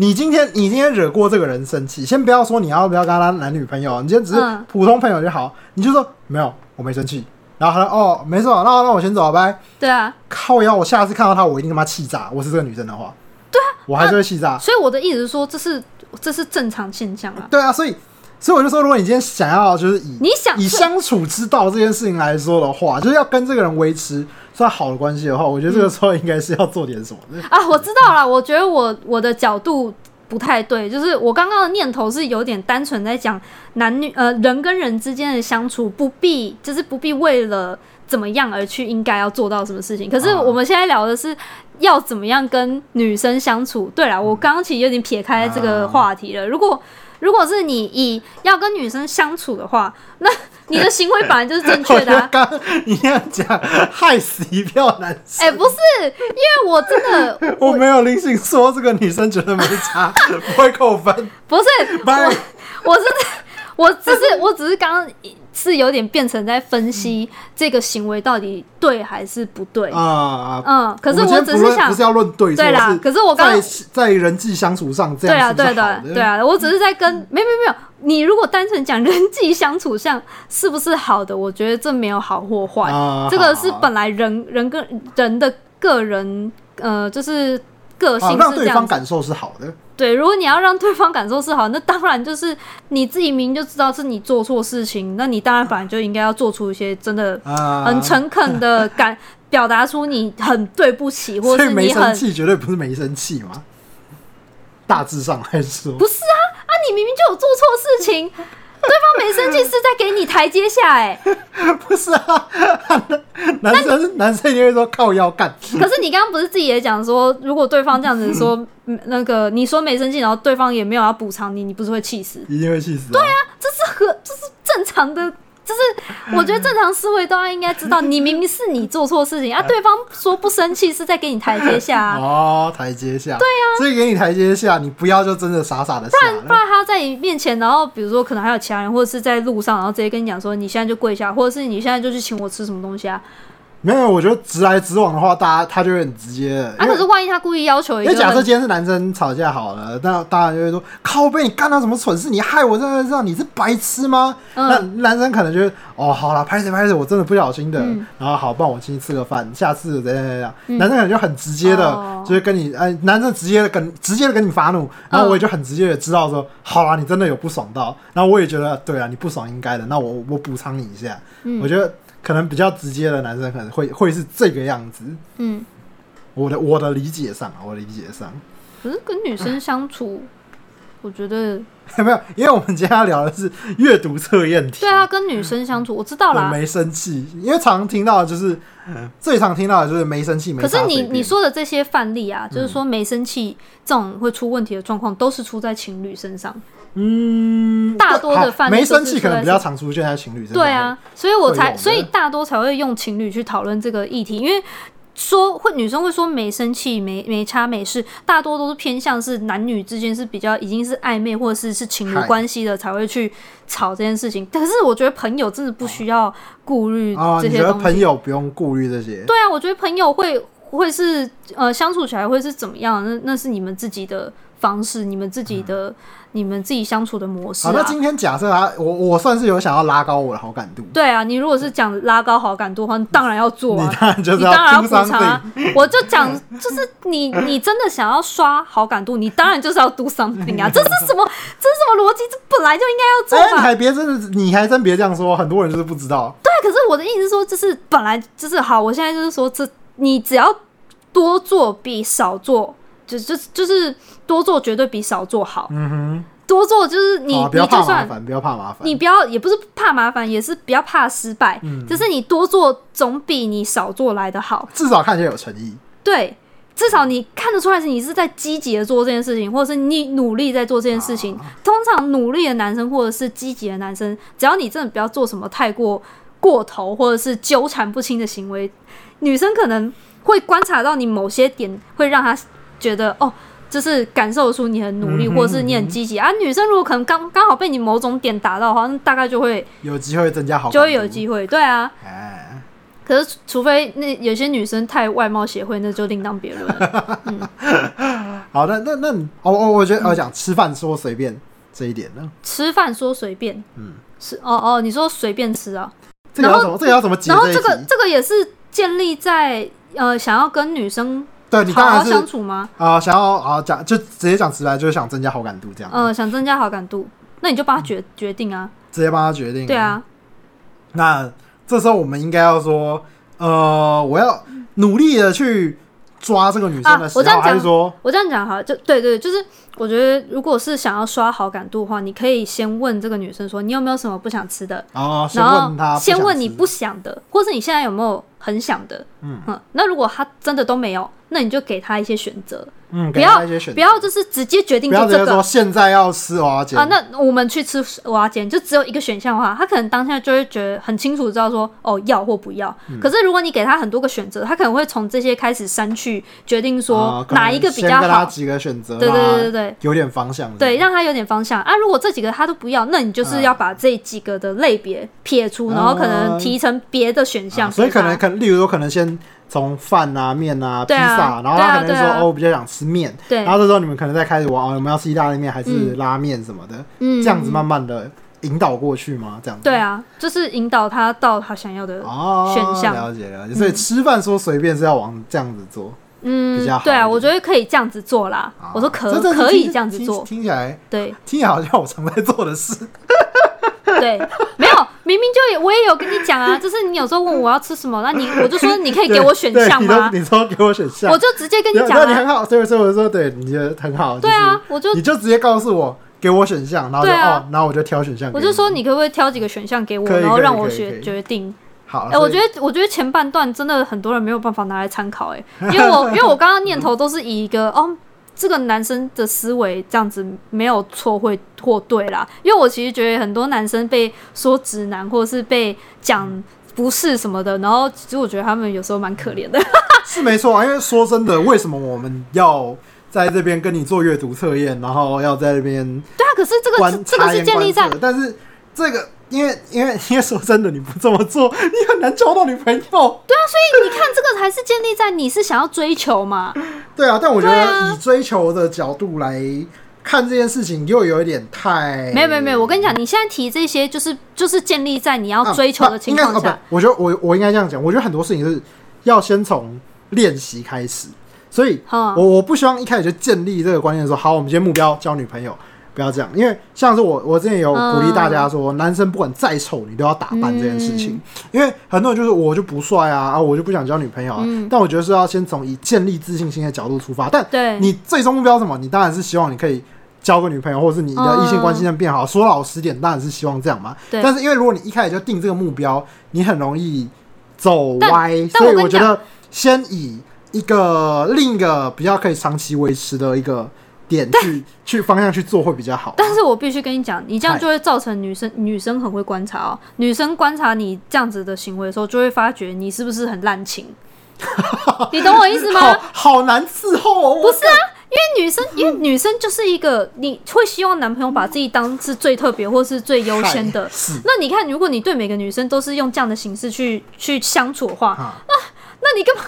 [SPEAKER 1] 你今天你今天惹过这个人生气，先不要说你要不要跟他男女朋友，你今天只是
[SPEAKER 2] 嗯
[SPEAKER 1] 普通朋友就好，你就说没有，我没生气。然后他说哦，没事，那那我先走了，拜。
[SPEAKER 2] 对啊，
[SPEAKER 1] 靠腰，我下次看到他，我一定他妈气炸。我是这个女生的话，对啊，我还是会气炸。
[SPEAKER 2] 所以我的意思是说，这是这是正常现象啊。
[SPEAKER 1] 对啊，所以所以我就说，如果你今天想要就是以
[SPEAKER 2] 你想
[SPEAKER 1] 以相处之道这件事情来说的话，就是要跟这个人维持算好的关系的话，我觉得这个时候应该是要做点什么的。
[SPEAKER 2] 啊，我知道了，我觉得我我的角度不太对，就是我刚刚的念头是有点单纯在讲男女呃人跟人之间的相处，不必就是不必为了怎么样而去应该要做到什么事情。可是
[SPEAKER 1] 啊
[SPEAKER 2] 我们现在聊的是要怎么样跟女生相处。对了，我刚刚其实有点撇开
[SPEAKER 1] 嗯
[SPEAKER 2] 这
[SPEAKER 1] 啊
[SPEAKER 2] 个话题了。如果如果是你以要跟女生相处的话，那你的行为本来就是正
[SPEAKER 1] 我
[SPEAKER 2] 确
[SPEAKER 1] 觉
[SPEAKER 2] 的、啊
[SPEAKER 1] 得。刚刚你那样讲，害死一票男生。
[SPEAKER 2] 哎、不是，因哎为我真的
[SPEAKER 1] 我没有灵性说这个女生觉得没 差，不会扣分。啊
[SPEAKER 2] 不是，
[SPEAKER 1] 拜，
[SPEAKER 2] 我是我只是我只是刚刚是有点变成在分析这个行为到底对还是不对。
[SPEAKER 1] 啊啊！
[SPEAKER 2] 嗯，可是
[SPEAKER 1] 我们今天
[SPEAKER 2] 只
[SPEAKER 1] 不
[SPEAKER 2] 是
[SPEAKER 1] 论
[SPEAKER 2] 想
[SPEAKER 1] 不是要论对错，
[SPEAKER 2] 对啦可是我刚
[SPEAKER 1] 在在人际相处上这
[SPEAKER 2] 对
[SPEAKER 1] 样
[SPEAKER 2] 啊，
[SPEAKER 1] 是不
[SPEAKER 2] 对
[SPEAKER 1] 是
[SPEAKER 2] 的
[SPEAKER 1] 好，的，
[SPEAKER 2] 对啊，我只是在跟没没没有，你如果单纯讲人际相处上是不是好的，我觉得这没有好或坏，
[SPEAKER 1] 啊
[SPEAKER 2] 这个是
[SPEAKER 1] 好好
[SPEAKER 2] 本来人人跟人的个人呃，就是个性
[SPEAKER 1] 好
[SPEAKER 2] 是
[SPEAKER 1] 啊让
[SPEAKER 2] 这
[SPEAKER 1] 对
[SPEAKER 2] 样
[SPEAKER 1] 方
[SPEAKER 2] 子。
[SPEAKER 1] 感受是好的。
[SPEAKER 2] 对，如果你要让对方感受是好，那当然就是你自己明明就知道是你做错事情，那你当然本来就应该要做出一些真的
[SPEAKER 1] 啊，
[SPEAKER 2] 很诚恳的感，表达出你很对不起，或
[SPEAKER 1] 所
[SPEAKER 2] 者
[SPEAKER 1] 以
[SPEAKER 2] 是
[SPEAKER 1] 没
[SPEAKER 2] 你
[SPEAKER 1] 生
[SPEAKER 2] 很
[SPEAKER 1] 气绝对不是没生气嘛。大致上来说，
[SPEAKER 2] 不是啊啊，你明明就有做错事情，对方没生气是在给你台阶下哎、
[SPEAKER 1] 不是啊， 男生男生一定会说靠腰干，
[SPEAKER 2] 可是你刚刚不是自己也讲说，如果对方这样子说，嗯那个你说没生气，然后对方也没有要补偿你，你不是会气死？
[SPEAKER 1] 一定会气死、对啊，
[SPEAKER 2] 这是和这是正常的，就是我觉得正常思维都要应该知
[SPEAKER 1] 嗯
[SPEAKER 2] 道，你明明是你做错事 情啊，对方说不生气是在给你台阶下、啊，
[SPEAKER 1] 哦，台阶下，对啊，所以给你台阶下，你不要就真的傻傻的下
[SPEAKER 2] 不
[SPEAKER 1] 了。
[SPEAKER 2] 然他在你面前，然后比如说可能还有其他人，或者是在路上，然后直接跟你讲说你现在就跪下，或者是你现在就去请我吃什么东西啊？
[SPEAKER 1] 没有，我觉得直来直往的话，大家他就会很直接的。
[SPEAKER 2] 啊，
[SPEAKER 1] 因为
[SPEAKER 2] 可是万一他故意要求一
[SPEAKER 1] 因为
[SPEAKER 2] 个
[SPEAKER 1] 假设
[SPEAKER 2] 很，
[SPEAKER 1] 今天是男生吵架好了，那当然就会说靠背，你干到什么蠢事？你害我这个让你是白痴吗？
[SPEAKER 2] 嗯
[SPEAKER 1] 那男生可能就会哦，好啦，拍谁拍谁，我真的不小心的。
[SPEAKER 2] 嗯
[SPEAKER 1] 然后好，帮我请你吃个饭，下次怎样怎样怎样。男生可能就很直接的，
[SPEAKER 2] 哦嗯
[SPEAKER 1] 就是跟你哎，男生直接的跟直接的跟你发怒，然后我也就很直接的知道说，好啦，你真的有不爽到，然后我也觉得对啊，你不爽应该的，那我我补偿你一下。
[SPEAKER 2] 嗯
[SPEAKER 1] 我觉得可能比较直接的男生可能会会是这个样子。
[SPEAKER 2] 嗯，
[SPEAKER 1] 我的我的理解上啊，我的理解上。
[SPEAKER 2] 可是跟女生相处，我觉得
[SPEAKER 1] 没有，因为我们今天要聊的是阅读测验题。
[SPEAKER 2] 对啊，跟女生相处我知道
[SPEAKER 1] 我嗯
[SPEAKER 2] 啦。
[SPEAKER 1] 没生气，因为常听到的就是、最常听到的就是没生气，没
[SPEAKER 2] 可
[SPEAKER 1] 差嗯
[SPEAKER 2] 是你
[SPEAKER 1] 随便
[SPEAKER 2] 你说的这些范例啊，就是说没生气这种会出问题的状况，都是出在情侣身上。
[SPEAKER 1] 嗯，
[SPEAKER 2] 大多的
[SPEAKER 1] 好
[SPEAKER 2] 范例
[SPEAKER 1] 没
[SPEAKER 2] 都
[SPEAKER 1] 生
[SPEAKER 2] 是
[SPEAKER 1] 气
[SPEAKER 2] 出
[SPEAKER 1] 可能
[SPEAKER 2] 来
[SPEAKER 1] 比较
[SPEAKER 2] 是
[SPEAKER 1] 常出现在情侣身上。
[SPEAKER 2] 对啊，，所以我
[SPEAKER 1] 会有
[SPEAKER 2] 才，
[SPEAKER 1] 的
[SPEAKER 2] 所以大多才会用情侣去讨论这个议题，因为说会女生会说没生气、没没差、没事，大多都是偏向是男女之间是比较已经是暧昧或者是是情
[SPEAKER 1] 嗨
[SPEAKER 2] 侣关系的才会去吵这件事 情。但是我觉得朋友真的不需要顾虑
[SPEAKER 1] 啊，
[SPEAKER 2] 这
[SPEAKER 1] 你
[SPEAKER 2] 些
[SPEAKER 1] 觉得
[SPEAKER 2] 东西。
[SPEAKER 1] 朋友不用顾虑这些？
[SPEAKER 2] 对啊，我觉得朋友会会是呃相处起来会是怎么样？那那是你们自己的方式，你们自己的、你们自己相处的模式啊
[SPEAKER 1] 好，那今天假设他，我我算是有想要拉高我的好感度，
[SPEAKER 2] 对啊，你如果是讲拉高好感度的话，你当然要做啊
[SPEAKER 1] 你，当然就是
[SPEAKER 2] 你当然
[SPEAKER 1] 要
[SPEAKER 2] 要
[SPEAKER 1] do
[SPEAKER 2] 补偿啊。我就讲，就是你你真的想要刷好感度，你当然就是要 do something 啊，这是什么这是什么逻辑？这本来就应该
[SPEAKER 1] 哎
[SPEAKER 2] 要、做
[SPEAKER 1] 你
[SPEAKER 2] 吧。
[SPEAKER 1] 还别真的，你还真别这样说，很多人就是不知道。
[SPEAKER 2] 对，可是我的意思是说，就是本来就是好，我现在就是说，这你只要多做比少做，就就就是多做绝对比少做好，
[SPEAKER 1] 嗯哼，
[SPEAKER 2] 多做就是你、
[SPEAKER 1] 好啊不
[SPEAKER 2] 你
[SPEAKER 1] 要
[SPEAKER 2] 就
[SPEAKER 1] 怕麻
[SPEAKER 2] 算
[SPEAKER 1] 烦，不要怕麻烦。
[SPEAKER 2] 你不要也不是怕麻烦，也是不要怕失败，
[SPEAKER 1] 嗯
[SPEAKER 2] 就是你多做总比你少做来的好。
[SPEAKER 1] 至少看起来有诚意。
[SPEAKER 2] 对，至少你看得出来是你是在积极的做这件事情，或者是你努力在做这件事情。
[SPEAKER 1] 啊
[SPEAKER 2] 通常努力的男生或者是积极的男生，只要你真的不要做什么太过过头或者是纠缠不清的行为，女生可能会观察到你某些点，会让她觉得哦。就是感受出你很努力，
[SPEAKER 1] 嗯哼
[SPEAKER 2] 或者是你很积极啊。女生如果可能刚刚好被你某种点打到的话，那大概就会
[SPEAKER 1] 有机会增加好，
[SPEAKER 2] 就会有机
[SPEAKER 1] 会。
[SPEAKER 2] 会，对啊。
[SPEAKER 1] 哎，
[SPEAKER 2] 可是除非那有些女生太外貌协会，那就另当别论了。
[SPEAKER 1] 好，那那那你哦哦，我觉得我讲吃饭说随便这一点呢，
[SPEAKER 2] 吃饭说随便，
[SPEAKER 1] 嗯，
[SPEAKER 2] 是哦哦，你说随便吃啊？
[SPEAKER 1] 这个
[SPEAKER 2] 然
[SPEAKER 1] 要
[SPEAKER 2] 后
[SPEAKER 1] 怎么这个要怎么解
[SPEAKER 2] 然后
[SPEAKER 1] 一
[SPEAKER 2] 这个
[SPEAKER 1] 题？
[SPEAKER 2] 这个也是建立在呃想要跟女生
[SPEAKER 1] 对你
[SPEAKER 2] 好
[SPEAKER 1] 当
[SPEAKER 2] 好
[SPEAKER 1] 然是
[SPEAKER 2] 相处吗？
[SPEAKER 1] 啊，想要啊讲就直接讲直白，就是想增加好感度这样，
[SPEAKER 2] 呃，想增加好感度，那你就帮他
[SPEAKER 1] 嗯
[SPEAKER 2] 决决定啊。
[SPEAKER 1] 直接帮他决定。
[SPEAKER 2] 对，啊，
[SPEAKER 1] 那这时候我们应该要说，呃，我要努力的去抓这个女生的
[SPEAKER 2] 啊
[SPEAKER 1] 喜
[SPEAKER 2] 我这
[SPEAKER 1] 好，
[SPEAKER 2] 样
[SPEAKER 1] 还是
[SPEAKER 2] 讲
[SPEAKER 1] 说，
[SPEAKER 2] 我这样讲哈，就对对，就是我觉得如果是想要刷好感度的话，你可以先问这个女生说你有没有什么不想吃的，
[SPEAKER 1] 哦，先
[SPEAKER 2] 然
[SPEAKER 1] 问
[SPEAKER 2] 后
[SPEAKER 1] 他，
[SPEAKER 2] 先
[SPEAKER 1] 想
[SPEAKER 2] 问你
[SPEAKER 1] 吃
[SPEAKER 2] 不想的，或是你现在有没有很想的，
[SPEAKER 1] 嗯
[SPEAKER 2] 那如果他真的都没有，那你就给他一些选择，
[SPEAKER 1] 嗯，
[SPEAKER 2] 不
[SPEAKER 1] 给他
[SPEAKER 2] 要
[SPEAKER 1] 一些选
[SPEAKER 2] 不要就是直接决定
[SPEAKER 1] 不要
[SPEAKER 2] 就
[SPEAKER 1] 直接
[SPEAKER 2] 这
[SPEAKER 1] 说
[SPEAKER 2] 个。
[SPEAKER 1] 现在要吃娃娃煎
[SPEAKER 2] 啊，那我们去吃蛙煎，就只有一个选项的话，他可能当下就会觉得很清楚知道说哦要或不要。
[SPEAKER 1] 嗯
[SPEAKER 2] 可是如果你给他很多个选择，他可能会从这些开始删去，决定
[SPEAKER 1] 啊
[SPEAKER 2] 说
[SPEAKER 1] 可能
[SPEAKER 2] 哪一个比
[SPEAKER 1] 先
[SPEAKER 2] 较
[SPEAKER 1] 跟他
[SPEAKER 2] 好。
[SPEAKER 1] 几个选择，
[SPEAKER 2] 对对对对
[SPEAKER 1] 对，
[SPEAKER 2] 对，
[SPEAKER 1] 有点方向。
[SPEAKER 2] 对，，让他有点方向啊。如果这几个他都不要，那你就是要把这几个的类别撇除，
[SPEAKER 1] 嗯
[SPEAKER 2] 然后可能提成别的选项、
[SPEAKER 1] 啊所以可能
[SPEAKER 2] 给
[SPEAKER 1] 可
[SPEAKER 2] 他
[SPEAKER 1] 能，例如说，可能先从饭啊、面啊、披
[SPEAKER 2] 对啊
[SPEAKER 1] 萨，然后
[SPEAKER 2] 对
[SPEAKER 1] 他
[SPEAKER 2] 啊
[SPEAKER 1] 可能
[SPEAKER 2] 对
[SPEAKER 1] 说
[SPEAKER 2] 啊
[SPEAKER 1] 哦，我比较想吃面，
[SPEAKER 2] 对
[SPEAKER 1] 然，后这时候你们可能再开始玩，哦，我们要吃意大利面还是拉面什么的，
[SPEAKER 2] 嗯，
[SPEAKER 1] 这样子慢慢的引导过去吗？这样子。
[SPEAKER 2] 对啊，就是引导他到他想要的，
[SPEAKER 1] 哦，
[SPEAKER 2] 选项
[SPEAKER 1] 了解了解，所以吃饭说随便是要往这样子做，
[SPEAKER 2] 嗯
[SPEAKER 1] 比较好，
[SPEAKER 2] 对
[SPEAKER 1] 一
[SPEAKER 2] 啊，
[SPEAKER 1] 点
[SPEAKER 2] 我觉得可以这样子做啦。
[SPEAKER 1] 啊
[SPEAKER 2] 我说可
[SPEAKER 1] 这真的
[SPEAKER 2] 可
[SPEAKER 1] 听
[SPEAKER 2] 以这样子做，
[SPEAKER 1] 听听起来
[SPEAKER 2] 对
[SPEAKER 1] 听起来好像我常在做的事。
[SPEAKER 2] 对，没有，明明就也我也有跟你讲啊，就是你有时候问我要吃什么，那你我就说你可 以给我选项
[SPEAKER 1] 对
[SPEAKER 2] 吗
[SPEAKER 1] 对？你都你都给我选项，
[SPEAKER 2] 我就直接跟你讲
[SPEAKER 1] 那你
[SPEAKER 2] 啊，
[SPEAKER 1] 很好，所以所以我说对，你觉得很好，
[SPEAKER 2] 对啊，我就
[SPEAKER 1] 就是你就直接告诉我给我选项，然后就、
[SPEAKER 2] 对啊
[SPEAKER 1] 哦，然后我就挑选项给你，
[SPEAKER 2] 我就说你可不可以挑几个选项给我，
[SPEAKER 1] 可以
[SPEAKER 2] 然后
[SPEAKER 1] 可以
[SPEAKER 2] 让
[SPEAKER 1] 可
[SPEAKER 2] 我
[SPEAKER 1] 以可
[SPEAKER 2] 决
[SPEAKER 1] 以
[SPEAKER 2] 决定。
[SPEAKER 1] 好，啊
[SPEAKER 2] 哎、
[SPEAKER 1] 所以
[SPEAKER 2] 我觉得我觉得前半段真的很多人没有办法拿来参考、哎，因为我因为我刚刚念头都是以一个哦，这个男生的思维这样子没有错会或对啦，因为我其实觉得很多男生被说直男或者是被讲不是什么的，然后其实我觉得他们有时候蛮可怜的，
[SPEAKER 1] 是没错啊，因为说真的，为什么我们要？在这边跟你做阅读测验，然后要在这边
[SPEAKER 2] 对啊，可是这个是
[SPEAKER 1] 观
[SPEAKER 2] 这个
[SPEAKER 1] 察
[SPEAKER 2] 是
[SPEAKER 1] 言
[SPEAKER 2] 建立
[SPEAKER 1] 观
[SPEAKER 2] 在
[SPEAKER 1] 色，但是这个因为因为因为说真的，你不这么做，你很难交到女朋友。
[SPEAKER 2] 啊你看这个还是建立在你是想要追 求嘛，
[SPEAKER 1] 对啊，但我觉
[SPEAKER 2] 对啊
[SPEAKER 1] 得以追求的角度来看这件事情，又有一点太
[SPEAKER 2] 没有没有没有，我跟你讲，你现在提这些就是就是建立在你要追求的情况
[SPEAKER 1] 啊不应该
[SPEAKER 2] 下，
[SPEAKER 1] 哦不我觉得我我应该这样讲，我觉得很多事情是要先从练习开始，所以
[SPEAKER 2] 嗯
[SPEAKER 1] 我我不希望一开始就建立这个观念说，好，我们今天目标交女朋友。不要这样，因为像是我，我之前有鼓励大
[SPEAKER 2] 嗯
[SPEAKER 1] 家说，男生不管再丑，你都要打扮这件事情。因为很多人就是我就不帅啊，啊我就不想交女朋友啊。
[SPEAKER 2] 嗯
[SPEAKER 1] 但我觉得是要先从以建立自信心的角度出发。但
[SPEAKER 2] 对
[SPEAKER 1] 你最终目标是什么？你当然是希望你可以交个女朋友，或者是你的异性关系能变好。说老实点，当然是希望这样嘛。
[SPEAKER 2] 嗯对
[SPEAKER 1] 但是因为如果你一开始就定这个目标，你很容易走歪。
[SPEAKER 2] 但但
[SPEAKER 1] 所以
[SPEAKER 2] 我
[SPEAKER 1] 我
[SPEAKER 2] 跟你
[SPEAKER 1] 觉
[SPEAKER 2] 讲
[SPEAKER 1] 得先以一个另一个比较可以长期维持的一个点去去方向去做会比较好。
[SPEAKER 2] 但是我必须跟你讲，你这样
[SPEAKER 1] 嗨
[SPEAKER 2] 就会造成女生女生很会观察哦。女生观察你这样子的行为的时候，就会发觉你是不是很滥 情，你懂我意思吗
[SPEAKER 1] 好？好难伺候哦。
[SPEAKER 2] 不是啊，因为女生，
[SPEAKER 1] 嗯
[SPEAKER 2] 因为女生就是一个你会希望男朋友把自己当是最特别或是最优先的
[SPEAKER 1] 嗨。是
[SPEAKER 2] 那你看，如果你对每个女生都是用这样的形式去去相处的话，
[SPEAKER 1] 啊，
[SPEAKER 2] 那你干嘛？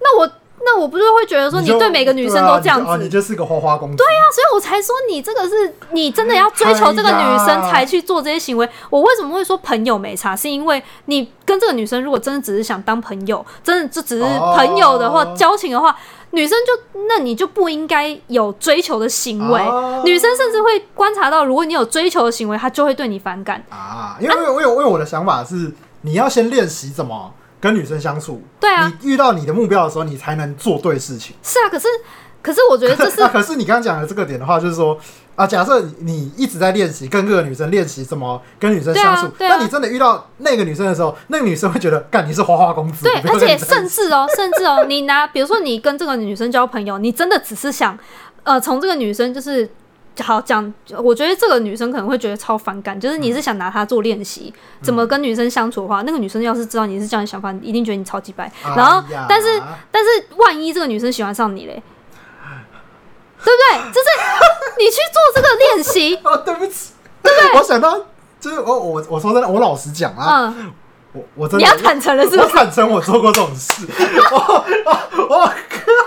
[SPEAKER 2] 那我那我不就会觉得说你
[SPEAKER 1] 就
[SPEAKER 2] 对每个女生都这样
[SPEAKER 1] 对啊你就哦
[SPEAKER 2] 子啊
[SPEAKER 1] 你，就是个花花公子。对呀、
[SPEAKER 2] 所以我才说你这个是你真的要追求这个女
[SPEAKER 1] 哎
[SPEAKER 2] 生才去做这些行为。我为什么会说朋友没差？是因为你跟这个女生如果真的只是想当朋友，真的就只是朋友的话，
[SPEAKER 1] 哦
[SPEAKER 2] 交情的话，女生就那你就不应该有追求的行为。
[SPEAKER 1] 哦
[SPEAKER 2] 女生甚至会观察到，如果你有追求的行为，她就会对你反感。
[SPEAKER 1] 啊，因为我有我有我的想法是，你要先练习怎么跟女生相处。
[SPEAKER 2] 对啊
[SPEAKER 1] 你遇到你的目标的时候，你才能做对事情。
[SPEAKER 2] 是啊，可是可是我觉得这是
[SPEAKER 1] 那可是你刚刚讲的这个点的话，就是说啊，假设你一直在练习跟各个女生练习怎么跟女生相处，
[SPEAKER 2] 对啊对啊
[SPEAKER 1] 那你真的遇到那个女生的时候，那个女生会觉得，干你是花花公子。
[SPEAKER 2] 对，
[SPEAKER 1] 不要
[SPEAKER 2] 而
[SPEAKER 1] 跟
[SPEAKER 2] 且
[SPEAKER 1] 你在一
[SPEAKER 2] 甚
[SPEAKER 1] 起
[SPEAKER 2] 至哦，甚至哦，你拿比如说你跟这个女生交朋友，你真的只是想，呃，从这个女生就是好讲，我觉得这个女生可能会觉得超反感，
[SPEAKER 1] 嗯
[SPEAKER 2] 就是你是想拿她做练习，怎么跟女生相处的话，那个女生要是知道你是这样的想法，一定觉得你超级白。然后
[SPEAKER 1] 哎呀，，
[SPEAKER 2] 但是但是万一这个女生喜欢上你嘞， 对不对？就是你去做这个练习
[SPEAKER 1] 哦， 对不起，对不对？我想到就是我我我说真的，我老实讲啊，
[SPEAKER 2] 嗯，
[SPEAKER 1] 我我真
[SPEAKER 2] 你
[SPEAKER 1] 的
[SPEAKER 2] 要坦诚了是不
[SPEAKER 1] 我
[SPEAKER 2] 是？
[SPEAKER 1] 坦诚我做过这种事， 我我我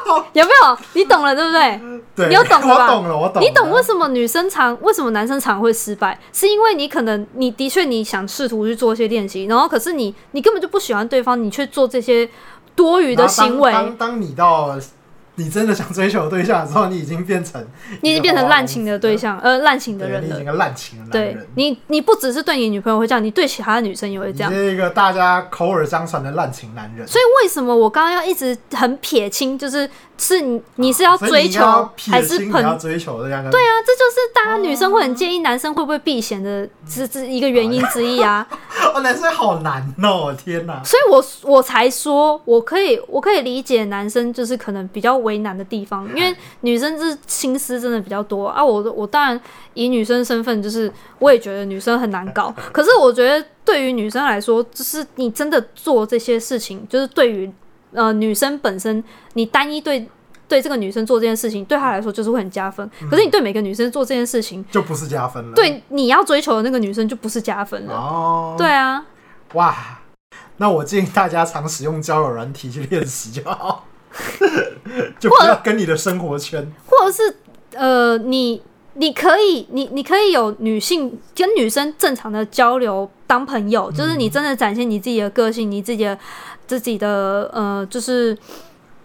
[SPEAKER 1] 靠，
[SPEAKER 2] 有没有？你懂了对不对？
[SPEAKER 1] 对，
[SPEAKER 2] 你有懂了
[SPEAKER 1] 我
[SPEAKER 2] 吧
[SPEAKER 1] 懂了，我懂了，啊
[SPEAKER 2] 你懂为什么女生常为什么男生常会失败？是因为你可能你的确你想试图去做一些练习，然后可是你你根本就不喜欢对方，你却做这些多余
[SPEAKER 1] 你
[SPEAKER 2] 的行为，
[SPEAKER 1] 当当当你到你真的想追求对象的时候，你已经变成
[SPEAKER 2] 你已经变成滥情的对象，呃，滥情
[SPEAKER 1] 对
[SPEAKER 2] 的人
[SPEAKER 1] 你已经
[SPEAKER 2] 了
[SPEAKER 1] 一。个滥情的男
[SPEAKER 2] 对
[SPEAKER 1] 人。
[SPEAKER 2] 你，你不只是对你女朋友会这样，你对其他的女生也会
[SPEAKER 1] 你
[SPEAKER 2] 这样。
[SPEAKER 1] 是一个大家口耳相传的滥情男人，
[SPEAKER 2] 所以为什么我刚刚要一直很撇清，就是是你你是要
[SPEAKER 1] 啊所以
[SPEAKER 2] 追
[SPEAKER 1] 你
[SPEAKER 2] 求
[SPEAKER 1] 要撇
[SPEAKER 2] 还
[SPEAKER 1] 清啊哦
[SPEAKER 2] 是
[SPEAKER 1] 你
[SPEAKER 2] 朋
[SPEAKER 1] 要追求这样的？
[SPEAKER 2] 对啊，这就是大家女生会很介意男生会不会避嫌的之之一个原因之 一啊。
[SPEAKER 1] 哦，男生好难哦，天哪！
[SPEAKER 2] 所以我我才说，我可以我可以理解男生就是可能比较为难的地方，因为女生就是心思真的比较多啊。我我当然以女生身份，就是我也觉得女生很难搞。可是我觉得对于女生来说，就是你真的做这些事情，就是对于呃女生本身，你单一对。对这个女生做这件事情，对她来说就是会很加分。可是你对每个女生做这件事情，
[SPEAKER 1] 就不是加分了。，
[SPEAKER 2] 对你要追求的那个女生就不是加分了。
[SPEAKER 1] 哦，
[SPEAKER 2] 对啊，
[SPEAKER 1] 哇，那我建议大家常使用交友软体去练习就好， 就不要跟你的生活圈。
[SPEAKER 2] 或者是呃，你你可以，你你可以有女性跟女生正常的交流，当朋友，就是你真的展现你自己的个性，你自己的自己的呃，就是。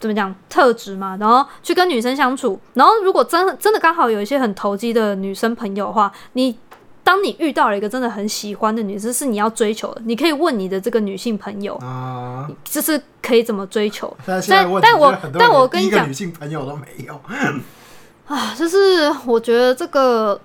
[SPEAKER 2] 怎么讲特质嘛，然后去跟女生相处，然后如果真的真的刚好有一些很投机的女生朋友的话，你当你遇到了一个真的很喜欢的女生，是你要追求的，你可以问你的这个女性朋友，
[SPEAKER 1] 啊、
[SPEAKER 2] 就是可以怎么追求，
[SPEAKER 1] 但现在
[SPEAKER 2] 但
[SPEAKER 1] 问题
[SPEAKER 2] 但我
[SPEAKER 1] 就是很多人
[SPEAKER 2] 但我
[SPEAKER 1] 连
[SPEAKER 2] 跟
[SPEAKER 1] 第一
[SPEAKER 2] 你
[SPEAKER 1] 个
[SPEAKER 2] 讲
[SPEAKER 1] 女性朋友都没有，
[SPEAKER 2] 啊，就是我觉得这个，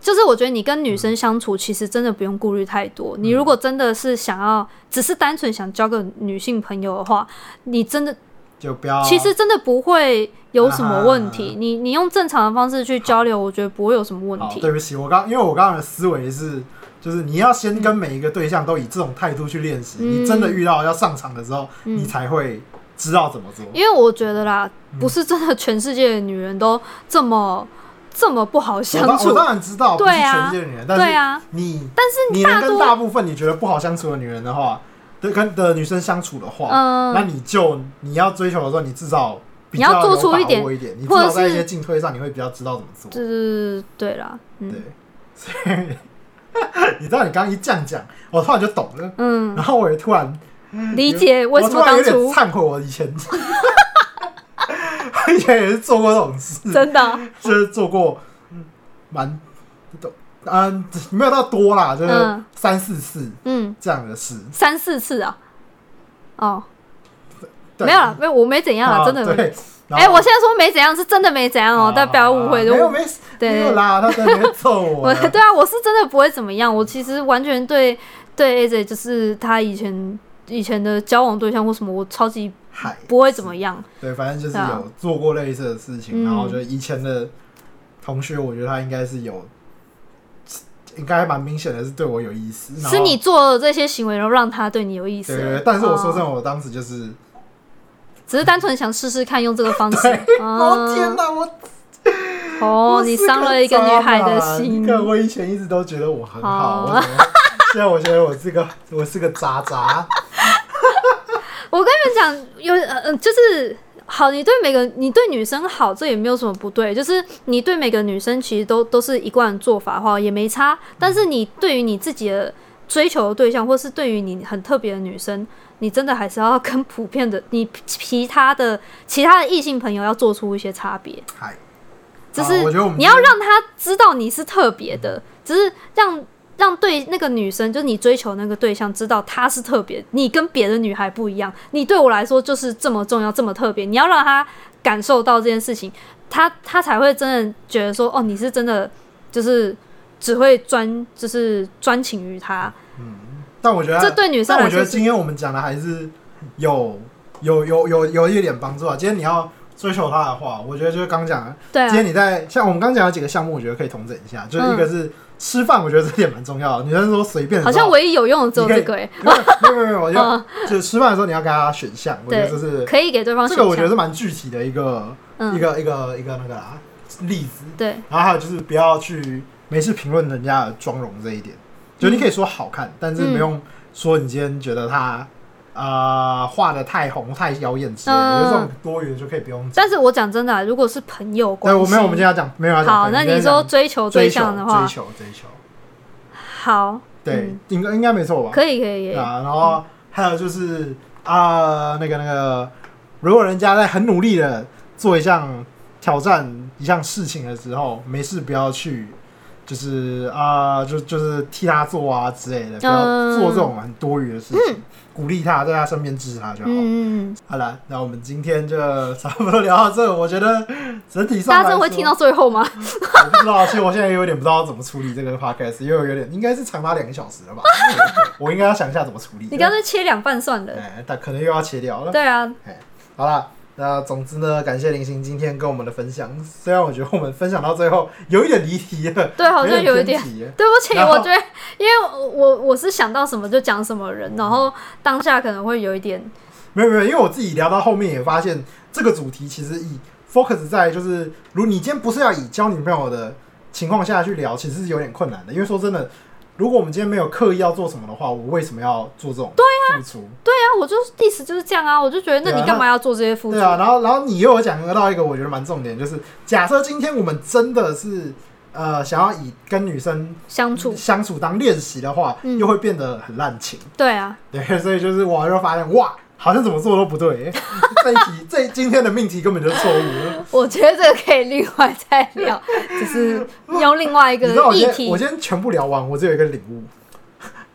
[SPEAKER 2] 就是我觉得你跟女
[SPEAKER 1] 嗯
[SPEAKER 2] 生相处，其实真的不用顾虑太多。你如果真的是想要，只是单纯想交个女性朋友的话，你真的
[SPEAKER 1] 就不要。
[SPEAKER 2] 其实真的不会有什么问
[SPEAKER 1] 啊
[SPEAKER 2] 题。你你用正常的方式去交流，我觉得不会有什么问
[SPEAKER 1] 好，
[SPEAKER 2] 题。
[SPEAKER 1] 对不起，我刚因为我刚刚的思维是，就是你要先跟每一个对象都以这种态度去练习，
[SPEAKER 2] 嗯
[SPEAKER 1] 你真的遇到要上场的时候，
[SPEAKER 2] 嗯
[SPEAKER 1] 你才会知道怎么做。
[SPEAKER 2] 因为我觉得啦，
[SPEAKER 1] 嗯
[SPEAKER 2] 不是真的全世界的女人都这么这么不好
[SPEAKER 1] 我
[SPEAKER 2] 相
[SPEAKER 1] 当我
[SPEAKER 2] 处。
[SPEAKER 1] 当然知道不是
[SPEAKER 2] 对啊
[SPEAKER 1] 全世界的女人，但
[SPEAKER 2] 对
[SPEAKER 1] 是
[SPEAKER 2] 啊，
[SPEAKER 1] 你
[SPEAKER 2] 但是
[SPEAKER 1] 你能跟
[SPEAKER 2] 多
[SPEAKER 1] 大部分你觉得不好相处的女人的话，对跟的女生相处的话，
[SPEAKER 2] 嗯
[SPEAKER 1] 那你就你要追求的时候，你至少比
[SPEAKER 2] 你要
[SPEAKER 1] 较
[SPEAKER 2] 做
[SPEAKER 1] 有
[SPEAKER 2] 出
[SPEAKER 1] 把
[SPEAKER 2] 一点
[SPEAKER 1] 握一点，你至
[SPEAKER 2] 或者
[SPEAKER 1] 少在一
[SPEAKER 2] 是
[SPEAKER 1] 些进退上，你会比较知道怎么做。
[SPEAKER 2] 就是对啦，嗯
[SPEAKER 1] 对，所以 你知道你刚刚一这样讲，我突然就懂了，
[SPEAKER 2] 嗯，
[SPEAKER 1] 然后我也突然
[SPEAKER 2] 理解为什么
[SPEAKER 1] 嗯我突然
[SPEAKER 2] 当
[SPEAKER 1] 有点
[SPEAKER 2] 初
[SPEAKER 1] 忏悔我以前， 我以前也是做过这种事，
[SPEAKER 2] 真的，
[SPEAKER 1] 就是做过蛮都嗯没有到多啦，就是
[SPEAKER 2] 嗯
[SPEAKER 1] 三四次
[SPEAKER 2] 嗯。
[SPEAKER 1] 这样的事。
[SPEAKER 2] 三四次啊。哦，
[SPEAKER 1] 对
[SPEAKER 2] 没有了，没有，我没怎样
[SPEAKER 1] 啊
[SPEAKER 2] 了，真的没。
[SPEAKER 1] 对。然
[SPEAKER 2] 哎、
[SPEAKER 1] 后啊
[SPEAKER 2] 我现在说没怎样，是真的没怎样哦，大家不要误会。
[SPEAKER 1] 没有
[SPEAKER 2] 我
[SPEAKER 1] 没事
[SPEAKER 2] 对
[SPEAKER 1] 没有啦，他真的没揍我
[SPEAKER 2] 我
[SPEAKER 1] 啦。
[SPEAKER 2] 对啊，我是真的不会怎么样。我其实完全对对 AJ，就是他以前以前的交往对象或什么，我超级
[SPEAKER 1] 嗨，
[SPEAKER 2] 不会怎么样。
[SPEAKER 1] 对，反正就是
[SPEAKER 2] 对啊
[SPEAKER 1] 有做过类似的事情，
[SPEAKER 2] 嗯
[SPEAKER 1] 然后就以前的同学，我觉得他应该是有，应该蛮明显的是对我有意思。然后
[SPEAKER 2] 是你做了这些行为，然后让他对你有意思
[SPEAKER 1] 对
[SPEAKER 2] 了。
[SPEAKER 1] 对对，但是我说真的，
[SPEAKER 2] 哦
[SPEAKER 1] 我当时就是，
[SPEAKER 2] 只是单纯想试试看用这个 方式。
[SPEAKER 1] 我哦天
[SPEAKER 2] 嗯，
[SPEAKER 1] 哪，我
[SPEAKER 2] 哦
[SPEAKER 1] 我，是
[SPEAKER 2] 你伤了一个女孩的 心哦
[SPEAKER 1] 渣男。我以前一直都觉得我很好，
[SPEAKER 2] 好
[SPEAKER 1] 我怎么现在我觉得我是个我是个渣渣。
[SPEAKER 2] 我跟你们讲，有呃呃，就是好，你对每个你对女生好，这也没有什么不对，就是你对每个女生其实都都是一贯的做法的话也没差，但是你对于你自己的追求的对象，或是对于你很特别的女生，你真的还是要跟普遍的你其他的其他的异性朋友要做出一些差别。
[SPEAKER 1] 嗨，
[SPEAKER 2] 只
[SPEAKER 1] 好
[SPEAKER 2] 是
[SPEAKER 1] 我觉得我们
[SPEAKER 2] 你要让他知道你是特别的，只是让让对那个女生，就是你追求那个对象，知道她是特别，你跟别的女孩不一样，你对我来说就是这么重要，这么特别。你要让他感受到这件事情，他他才会真的觉得说，哦，你是真的就是只会专就是专情于他。
[SPEAKER 1] 但我觉得
[SPEAKER 2] 这对女生
[SPEAKER 1] 但
[SPEAKER 2] 来
[SPEAKER 1] 我觉
[SPEAKER 2] 说
[SPEAKER 1] 得
[SPEAKER 2] 是
[SPEAKER 1] 今天我们讲的还是有有有有有一点帮助啊。今天你要追求他的话，我觉得就是刚讲的，
[SPEAKER 2] 对
[SPEAKER 1] 今天
[SPEAKER 2] 啊，嗯
[SPEAKER 1] 你在像我们刚讲的几个项目，我觉得可以统整一下，就是一个是吃饭，我觉得这点蛮重要的。女生说随便的时
[SPEAKER 2] 好
[SPEAKER 1] 候，
[SPEAKER 2] 像唯一有用的只有
[SPEAKER 1] 你可
[SPEAKER 2] 这
[SPEAKER 1] 以
[SPEAKER 2] 个、欸，
[SPEAKER 1] 没有没有没有，我
[SPEAKER 2] 嗯
[SPEAKER 1] 就就是吃饭的时候你要给他选项，我觉得这
[SPEAKER 2] 对
[SPEAKER 1] 是
[SPEAKER 2] 可以给对方
[SPEAKER 1] 这
[SPEAKER 2] 选
[SPEAKER 1] 个
[SPEAKER 2] 项。
[SPEAKER 1] 我觉得是蛮具体的一个一
[SPEAKER 2] 嗯，
[SPEAKER 1] 个一个一个那个啦，例子。
[SPEAKER 2] 对，
[SPEAKER 1] 然后还有就是不要去没事评论人家的妆容这一点，就
[SPEAKER 2] 嗯
[SPEAKER 1] 你可以说好看，但是不用说你今天觉得她呃画的太红太妖艳之类的，
[SPEAKER 2] 嗯
[SPEAKER 1] 有这种多余的就可以不用讲。
[SPEAKER 2] 但是我讲真的啊、如果是朋友关
[SPEAKER 1] 对，
[SPEAKER 2] 系，
[SPEAKER 1] 我没有，我们今天要讲没有要讲
[SPEAKER 2] 好，
[SPEAKER 1] 朋友
[SPEAKER 2] 那
[SPEAKER 1] 今天
[SPEAKER 2] 你说
[SPEAKER 1] 讲
[SPEAKER 2] 追求
[SPEAKER 1] 追
[SPEAKER 2] 对
[SPEAKER 1] 求
[SPEAKER 2] 象的话
[SPEAKER 1] 追，求追求，
[SPEAKER 2] 好，
[SPEAKER 1] 对
[SPEAKER 2] 嗯，
[SPEAKER 1] 应该应该没错吧？
[SPEAKER 2] 可以可以
[SPEAKER 1] 对
[SPEAKER 2] 可以，
[SPEAKER 1] 啊，然后还有就是啊、那个那个，如果人家在很努力的做一项挑战一项事情的时候，没事不要去，就是啊、就就是替他做啊之类的，不要
[SPEAKER 2] 嗯
[SPEAKER 1] 做这种很多余的事情，鼓励他，在他身边支持他就好。
[SPEAKER 2] 嗯嗯嗯，
[SPEAKER 1] 好了，那我们今天就差不多聊到这，我觉得整体上
[SPEAKER 2] 大
[SPEAKER 1] 来
[SPEAKER 2] 家真的会
[SPEAKER 1] 说嗯
[SPEAKER 2] 听到最后吗？
[SPEAKER 1] 我不知道，其实我现在也有点不知道怎么处理这个 podcast，因为我有点应该是长达两个小时了吧，我应该要想一下怎么处理。
[SPEAKER 2] 你干脆切两半算了。
[SPEAKER 1] 哎，但可能又要切掉了。
[SPEAKER 2] 对啊，
[SPEAKER 1] 好啦，那总之呢，感谢林行今天跟我们的分享。虽然我觉得我们分享到最后有一点离题了，
[SPEAKER 2] 对，啊好像有一
[SPEAKER 1] 有
[SPEAKER 2] 点
[SPEAKER 1] 偏。题了。
[SPEAKER 2] 对不起，
[SPEAKER 1] 然后
[SPEAKER 2] 我觉得，因为我我我是想到什么就讲什么人，然后当下可能会有一点，
[SPEAKER 1] 没有没有，因为我自己聊到后面也发现，这个主题其实以 focus 在就是，如你今天不是要以交女朋友的情况下去聊，其实是有点困难的。因为说真的，如果我们今天没有刻意要做什么的话，我为什么要做这种付出？
[SPEAKER 2] 对啊，我就意思就是这样啊，我就觉得，那
[SPEAKER 1] 对啊
[SPEAKER 2] 你干嘛要做这些付出？
[SPEAKER 1] 对啊，然后然后你又有讲到一个我觉得蛮重点，就是假设今天我们真的是呃想要以跟女生
[SPEAKER 2] 相处，
[SPEAKER 1] 相处当练习的话，
[SPEAKER 2] 嗯
[SPEAKER 1] 又会变得很滥情。
[SPEAKER 2] 对啊，
[SPEAKER 1] 对，所以就是我就发现哇，好像怎么做都不对。 这一题这今天的命题根本就是错误的。
[SPEAKER 2] 我觉得这个可以另外再 聊，只是要另外一
[SPEAKER 1] 你知道
[SPEAKER 2] 个
[SPEAKER 1] 我
[SPEAKER 2] 议
[SPEAKER 1] 今天
[SPEAKER 2] 题
[SPEAKER 1] 我。今天全部聊完，我只有一个领悟，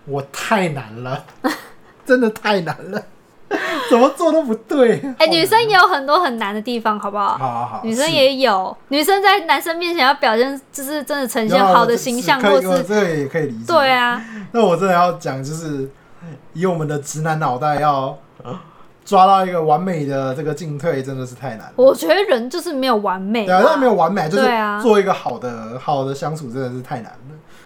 [SPEAKER 1] 我太难了， 真的太难了， 怎么做都不对。
[SPEAKER 2] 哎、
[SPEAKER 1] 好
[SPEAKER 2] 女
[SPEAKER 1] 难
[SPEAKER 2] 生也有很多很难的地方，好不
[SPEAKER 1] 好
[SPEAKER 2] 好？
[SPEAKER 1] 好好，
[SPEAKER 2] 女生
[SPEAKER 1] 是
[SPEAKER 2] 也有，女生在男生面前要表现，就是真的呈现
[SPEAKER 1] 有啊
[SPEAKER 2] 好的
[SPEAKER 1] 这
[SPEAKER 2] 形象，
[SPEAKER 1] 可以
[SPEAKER 2] 或
[SPEAKER 1] 我
[SPEAKER 2] 是
[SPEAKER 1] 这个也可以理解。
[SPEAKER 2] 对啊，
[SPEAKER 1] 那我真的要讲，就是以我们的直男脑袋要抓到一个完美的这个进退，真的是太难了。
[SPEAKER 2] 我觉得人就是没有完美
[SPEAKER 1] 对啊
[SPEAKER 2] 嘛，，
[SPEAKER 1] 但没有完美，就是
[SPEAKER 2] 对啊
[SPEAKER 1] 做一个好的好的相处，真的是太难了。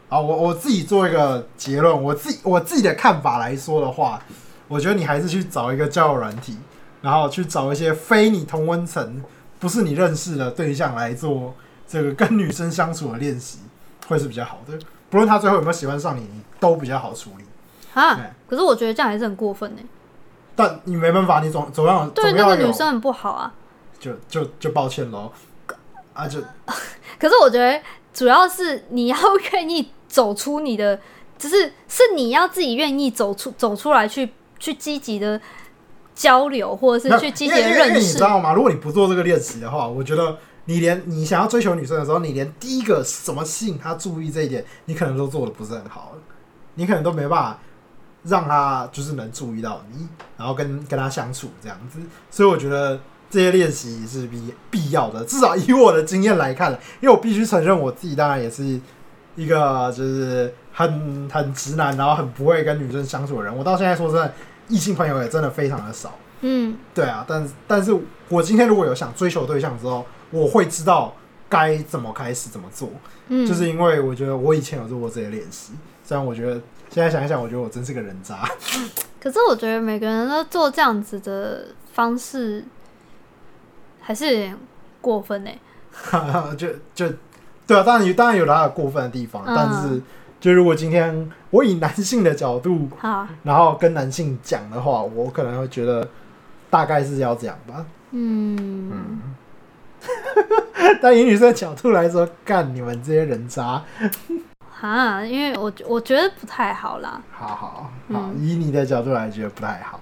[SPEAKER 1] 好，我我自己做一个结论，我自己我自己的看法来说的话，我觉得你还是去找一个交友软体，然后去找一些非你同温层、不是你认识的对象来做这个跟女生相处的练习，会是比较好的。不论他最后有没有喜欢上你，你都比较好处理。对
[SPEAKER 2] 啊。可是我觉得这样还是很过分呢、欸
[SPEAKER 1] 但你没办法，你总总要
[SPEAKER 2] 对
[SPEAKER 1] 总
[SPEAKER 2] 那
[SPEAKER 1] 要
[SPEAKER 2] 个
[SPEAKER 1] 有
[SPEAKER 2] 女生很不好啊。
[SPEAKER 1] 就就就抱歉喽，啊就
[SPEAKER 2] 可是我觉得主要是你要愿意走出你的，只是是你要自己愿意走出走出来去去积极的交流，或者
[SPEAKER 1] 没
[SPEAKER 2] 是
[SPEAKER 1] 有
[SPEAKER 2] 去积
[SPEAKER 1] 因
[SPEAKER 2] 极
[SPEAKER 1] 为
[SPEAKER 2] 的
[SPEAKER 1] 因为因为
[SPEAKER 2] 认
[SPEAKER 1] 你知
[SPEAKER 2] 识。
[SPEAKER 1] 道吗？如果你不做这个练习的话，我觉得你连你想要追求女生的时候，你连第一个怎么吸引她注意这一点，你可能都做的不是很好，你可能都没办法让她就是能注意到你，然后跟跟她相处这样子。所以我觉得这些练习是必必要的，至少以我的经验来看，因为我必须承认我自己当然也是一个就是很很直男，然后很不会跟女生相处的人。我到现在说真的，异性朋友也真的非常的少。
[SPEAKER 2] 嗯，
[SPEAKER 1] 对啊，但是但是我今天如果有想追求对象之后，我会知道该怎么开始怎么做，
[SPEAKER 2] 嗯
[SPEAKER 1] 就是因为我觉得我以前有做过这些练习，虽然我觉得现在想一想，我觉得我真是个人渣。
[SPEAKER 2] 可是我觉得每个人都做这样子的方式，还是有点过分欸呢、
[SPEAKER 1] 就就对啊，当然有当然有他的过分的地方，
[SPEAKER 2] 嗯
[SPEAKER 1] 但是就如果今天我以男性的角度，
[SPEAKER 2] 好，
[SPEAKER 1] 然后跟男性讲的话，我可能会觉得大概是要这样吧。
[SPEAKER 2] 嗯，
[SPEAKER 1] 但以女生的角度来说，干你们这些人渣，
[SPEAKER 2] 哈，因为我我觉得不太好啦，
[SPEAKER 1] 好好好，
[SPEAKER 2] 嗯
[SPEAKER 1] 以你的角度来觉得不太好。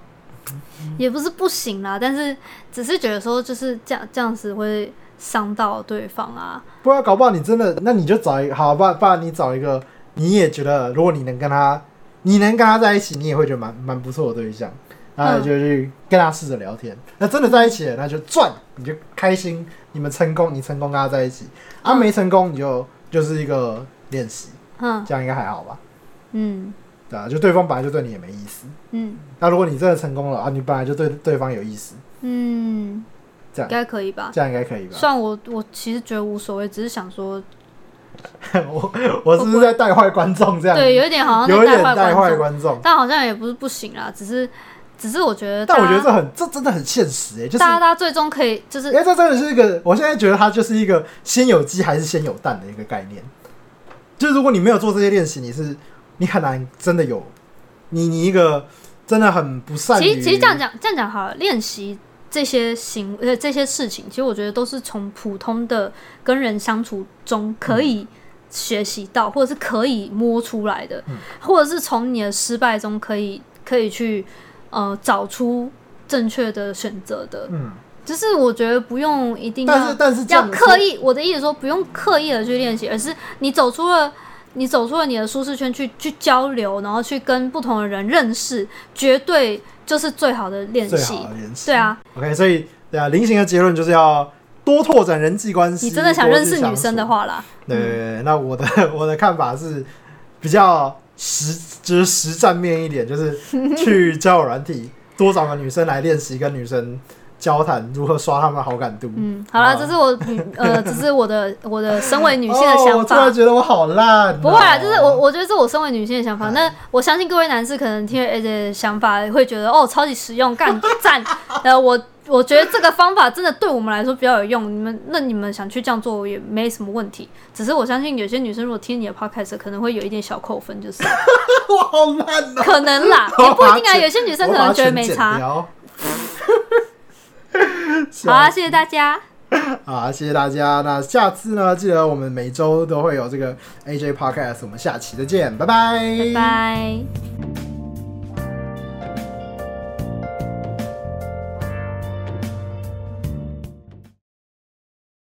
[SPEAKER 2] 也不是不行啦，但是只是觉得说就是这样这样子会伤到对方啊。
[SPEAKER 1] 不然搞不好你真的，那你就找一个好，不然不然你找一个，你也觉得如果你能跟他，你能跟他在一起，你也会觉得蛮蛮不错的对象，
[SPEAKER 2] 嗯
[SPEAKER 1] 那你就去跟他试着聊天。那真的在一起了，那就赚，你就开心，你们成功，你成功跟他在一起，啊
[SPEAKER 2] 嗯
[SPEAKER 1] 没成功你就就是一个练习，
[SPEAKER 2] 嗯
[SPEAKER 1] 这样应该还好吧？
[SPEAKER 2] 嗯
[SPEAKER 1] 对啊，就对方本来就对你也没意思，
[SPEAKER 2] 嗯
[SPEAKER 1] 那如果你真的成功了啊，你本来就对对方有意思，
[SPEAKER 2] 嗯，
[SPEAKER 1] 这样
[SPEAKER 2] 应该可啊以吧？
[SPEAKER 1] 这样应该可以吧？
[SPEAKER 2] 虽然我我其实觉得无所谓，只是想说，
[SPEAKER 1] 我 我是不是在带坏观众这样？
[SPEAKER 2] 对，有一点好像
[SPEAKER 1] 有
[SPEAKER 2] 在
[SPEAKER 1] 一点
[SPEAKER 2] 带
[SPEAKER 1] 带
[SPEAKER 2] 坏
[SPEAKER 1] 坏
[SPEAKER 2] 众，
[SPEAKER 1] 观众。
[SPEAKER 2] 但好像也不是不行啦，只是只是我觉得呃大
[SPEAKER 1] 但
[SPEAKER 2] 家，
[SPEAKER 1] 我觉得这很这真的很现实哎、就是
[SPEAKER 2] 大家大家最终可以就是
[SPEAKER 1] 因为这真的是一个，我现在觉得它就是一个先有鸡还是先有蛋的一个概念。就是如果你没有做这些练习，你是你很难真的有你你一个真的很不善于。
[SPEAKER 2] 其实其实这样讲这样讲好了，练习这些行呃这些事情，其实我觉得都是从普通的跟人相处中可
[SPEAKER 1] 嗯
[SPEAKER 2] 以学习到，或者是可以摸出来的，
[SPEAKER 1] 嗯
[SPEAKER 2] 或者是从你的失败中可以可以去呃找出正确的选择的。
[SPEAKER 1] 嗯，
[SPEAKER 2] 就是我觉得不用一定
[SPEAKER 1] 但
[SPEAKER 2] 要
[SPEAKER 1] 是但是这
[SPEAKER 2] 要
[SPEAKER 1] 样
[SPEAKER 2] 刻意，我的意思说不用刻意的去练习，而是你走出了你走出了你的舒适圈去去交流，然后去跟不同的人认识，绝对就是最好的练
[SPEAKER 1] 最
[SPEAKER 2] 习
[SPEAKER 1] 好的。练习。
[SPEAKER 2] 对啊，
[SPEAKER 1] OK，所以对啊，临行的结论就是要多拓展人际关系。
[SPEAKER 2] 你真的想
[SPEAKER 1] 多去
[SPEAKER 2] 认识女生的
[SPEAKER 1] 相处，
[SPEAKER 2] 话啦，
[SPEAKER 1] 对对对，那我的我的看法是比较实，就是实战面一点，就是去交友软体多找个女生来练习，跟女生交谈如何刷她们的好感度。
[SPEAKER 2] 嗯，好了，
[SPEAKER 1] 啊
[SPEAKER 2] 这是我女呃，这是我的我的身为女性的
[SPEAKER 1] 哦，
[SPEAKER 2] 想
[SPEAKER 1] 我突
[SPEAKER 2] 法。
[SPEAKER 1] 然觉得我好烂哦、
[SPEAKER 2] 不会啦，就是我，我觉得这我身为女性的想法。
[SPEAKER 1] 哎
[SPEAKER 2] 那我相信各位男士可能听了 A 的想法，会觉得哦，超级实用， 干赞。呃，我我觉得这个方法真的对我们来说比较有用。你们那你们想去这样做也没什么问题，只是我相信有些女生如果听你的 podcast 可能会有一点小扣分，就是
[SPEAKER 1] 我好烂哦、
[SPEAKER 2] 可能啦，
[SPEAKER 1] 我
[SPEAKER 2] 也
[SPEAKER 1] 要
[SPEAKER 2] 不
[SPEAKER 1] 把它
[SPEAKER 2] 一定啊。
[SPEAKER 1] 剪
[SPEAKER 2] 有些女生
[SPEAKER 1] 我把
[SPEAKER 2] 可
[SPEAKER 1] 它
[SPEAKER 2] 能觉得
[SPEAKER 1] 全
[SPEAKER 2] 没
[SPEAKER 1] 剪
[SPEAKER 2] 差。
[SPEAKER 1] 掉。
[SPEAKER 2] 好啊，谢谢大家，
[SPEAKER 1] 啊，谢谢大家。那下次呢，记得我们每周都会有这个 AJ Podcast，我们下期再见，拜拜，
[SPEAKER 2] 拜拜。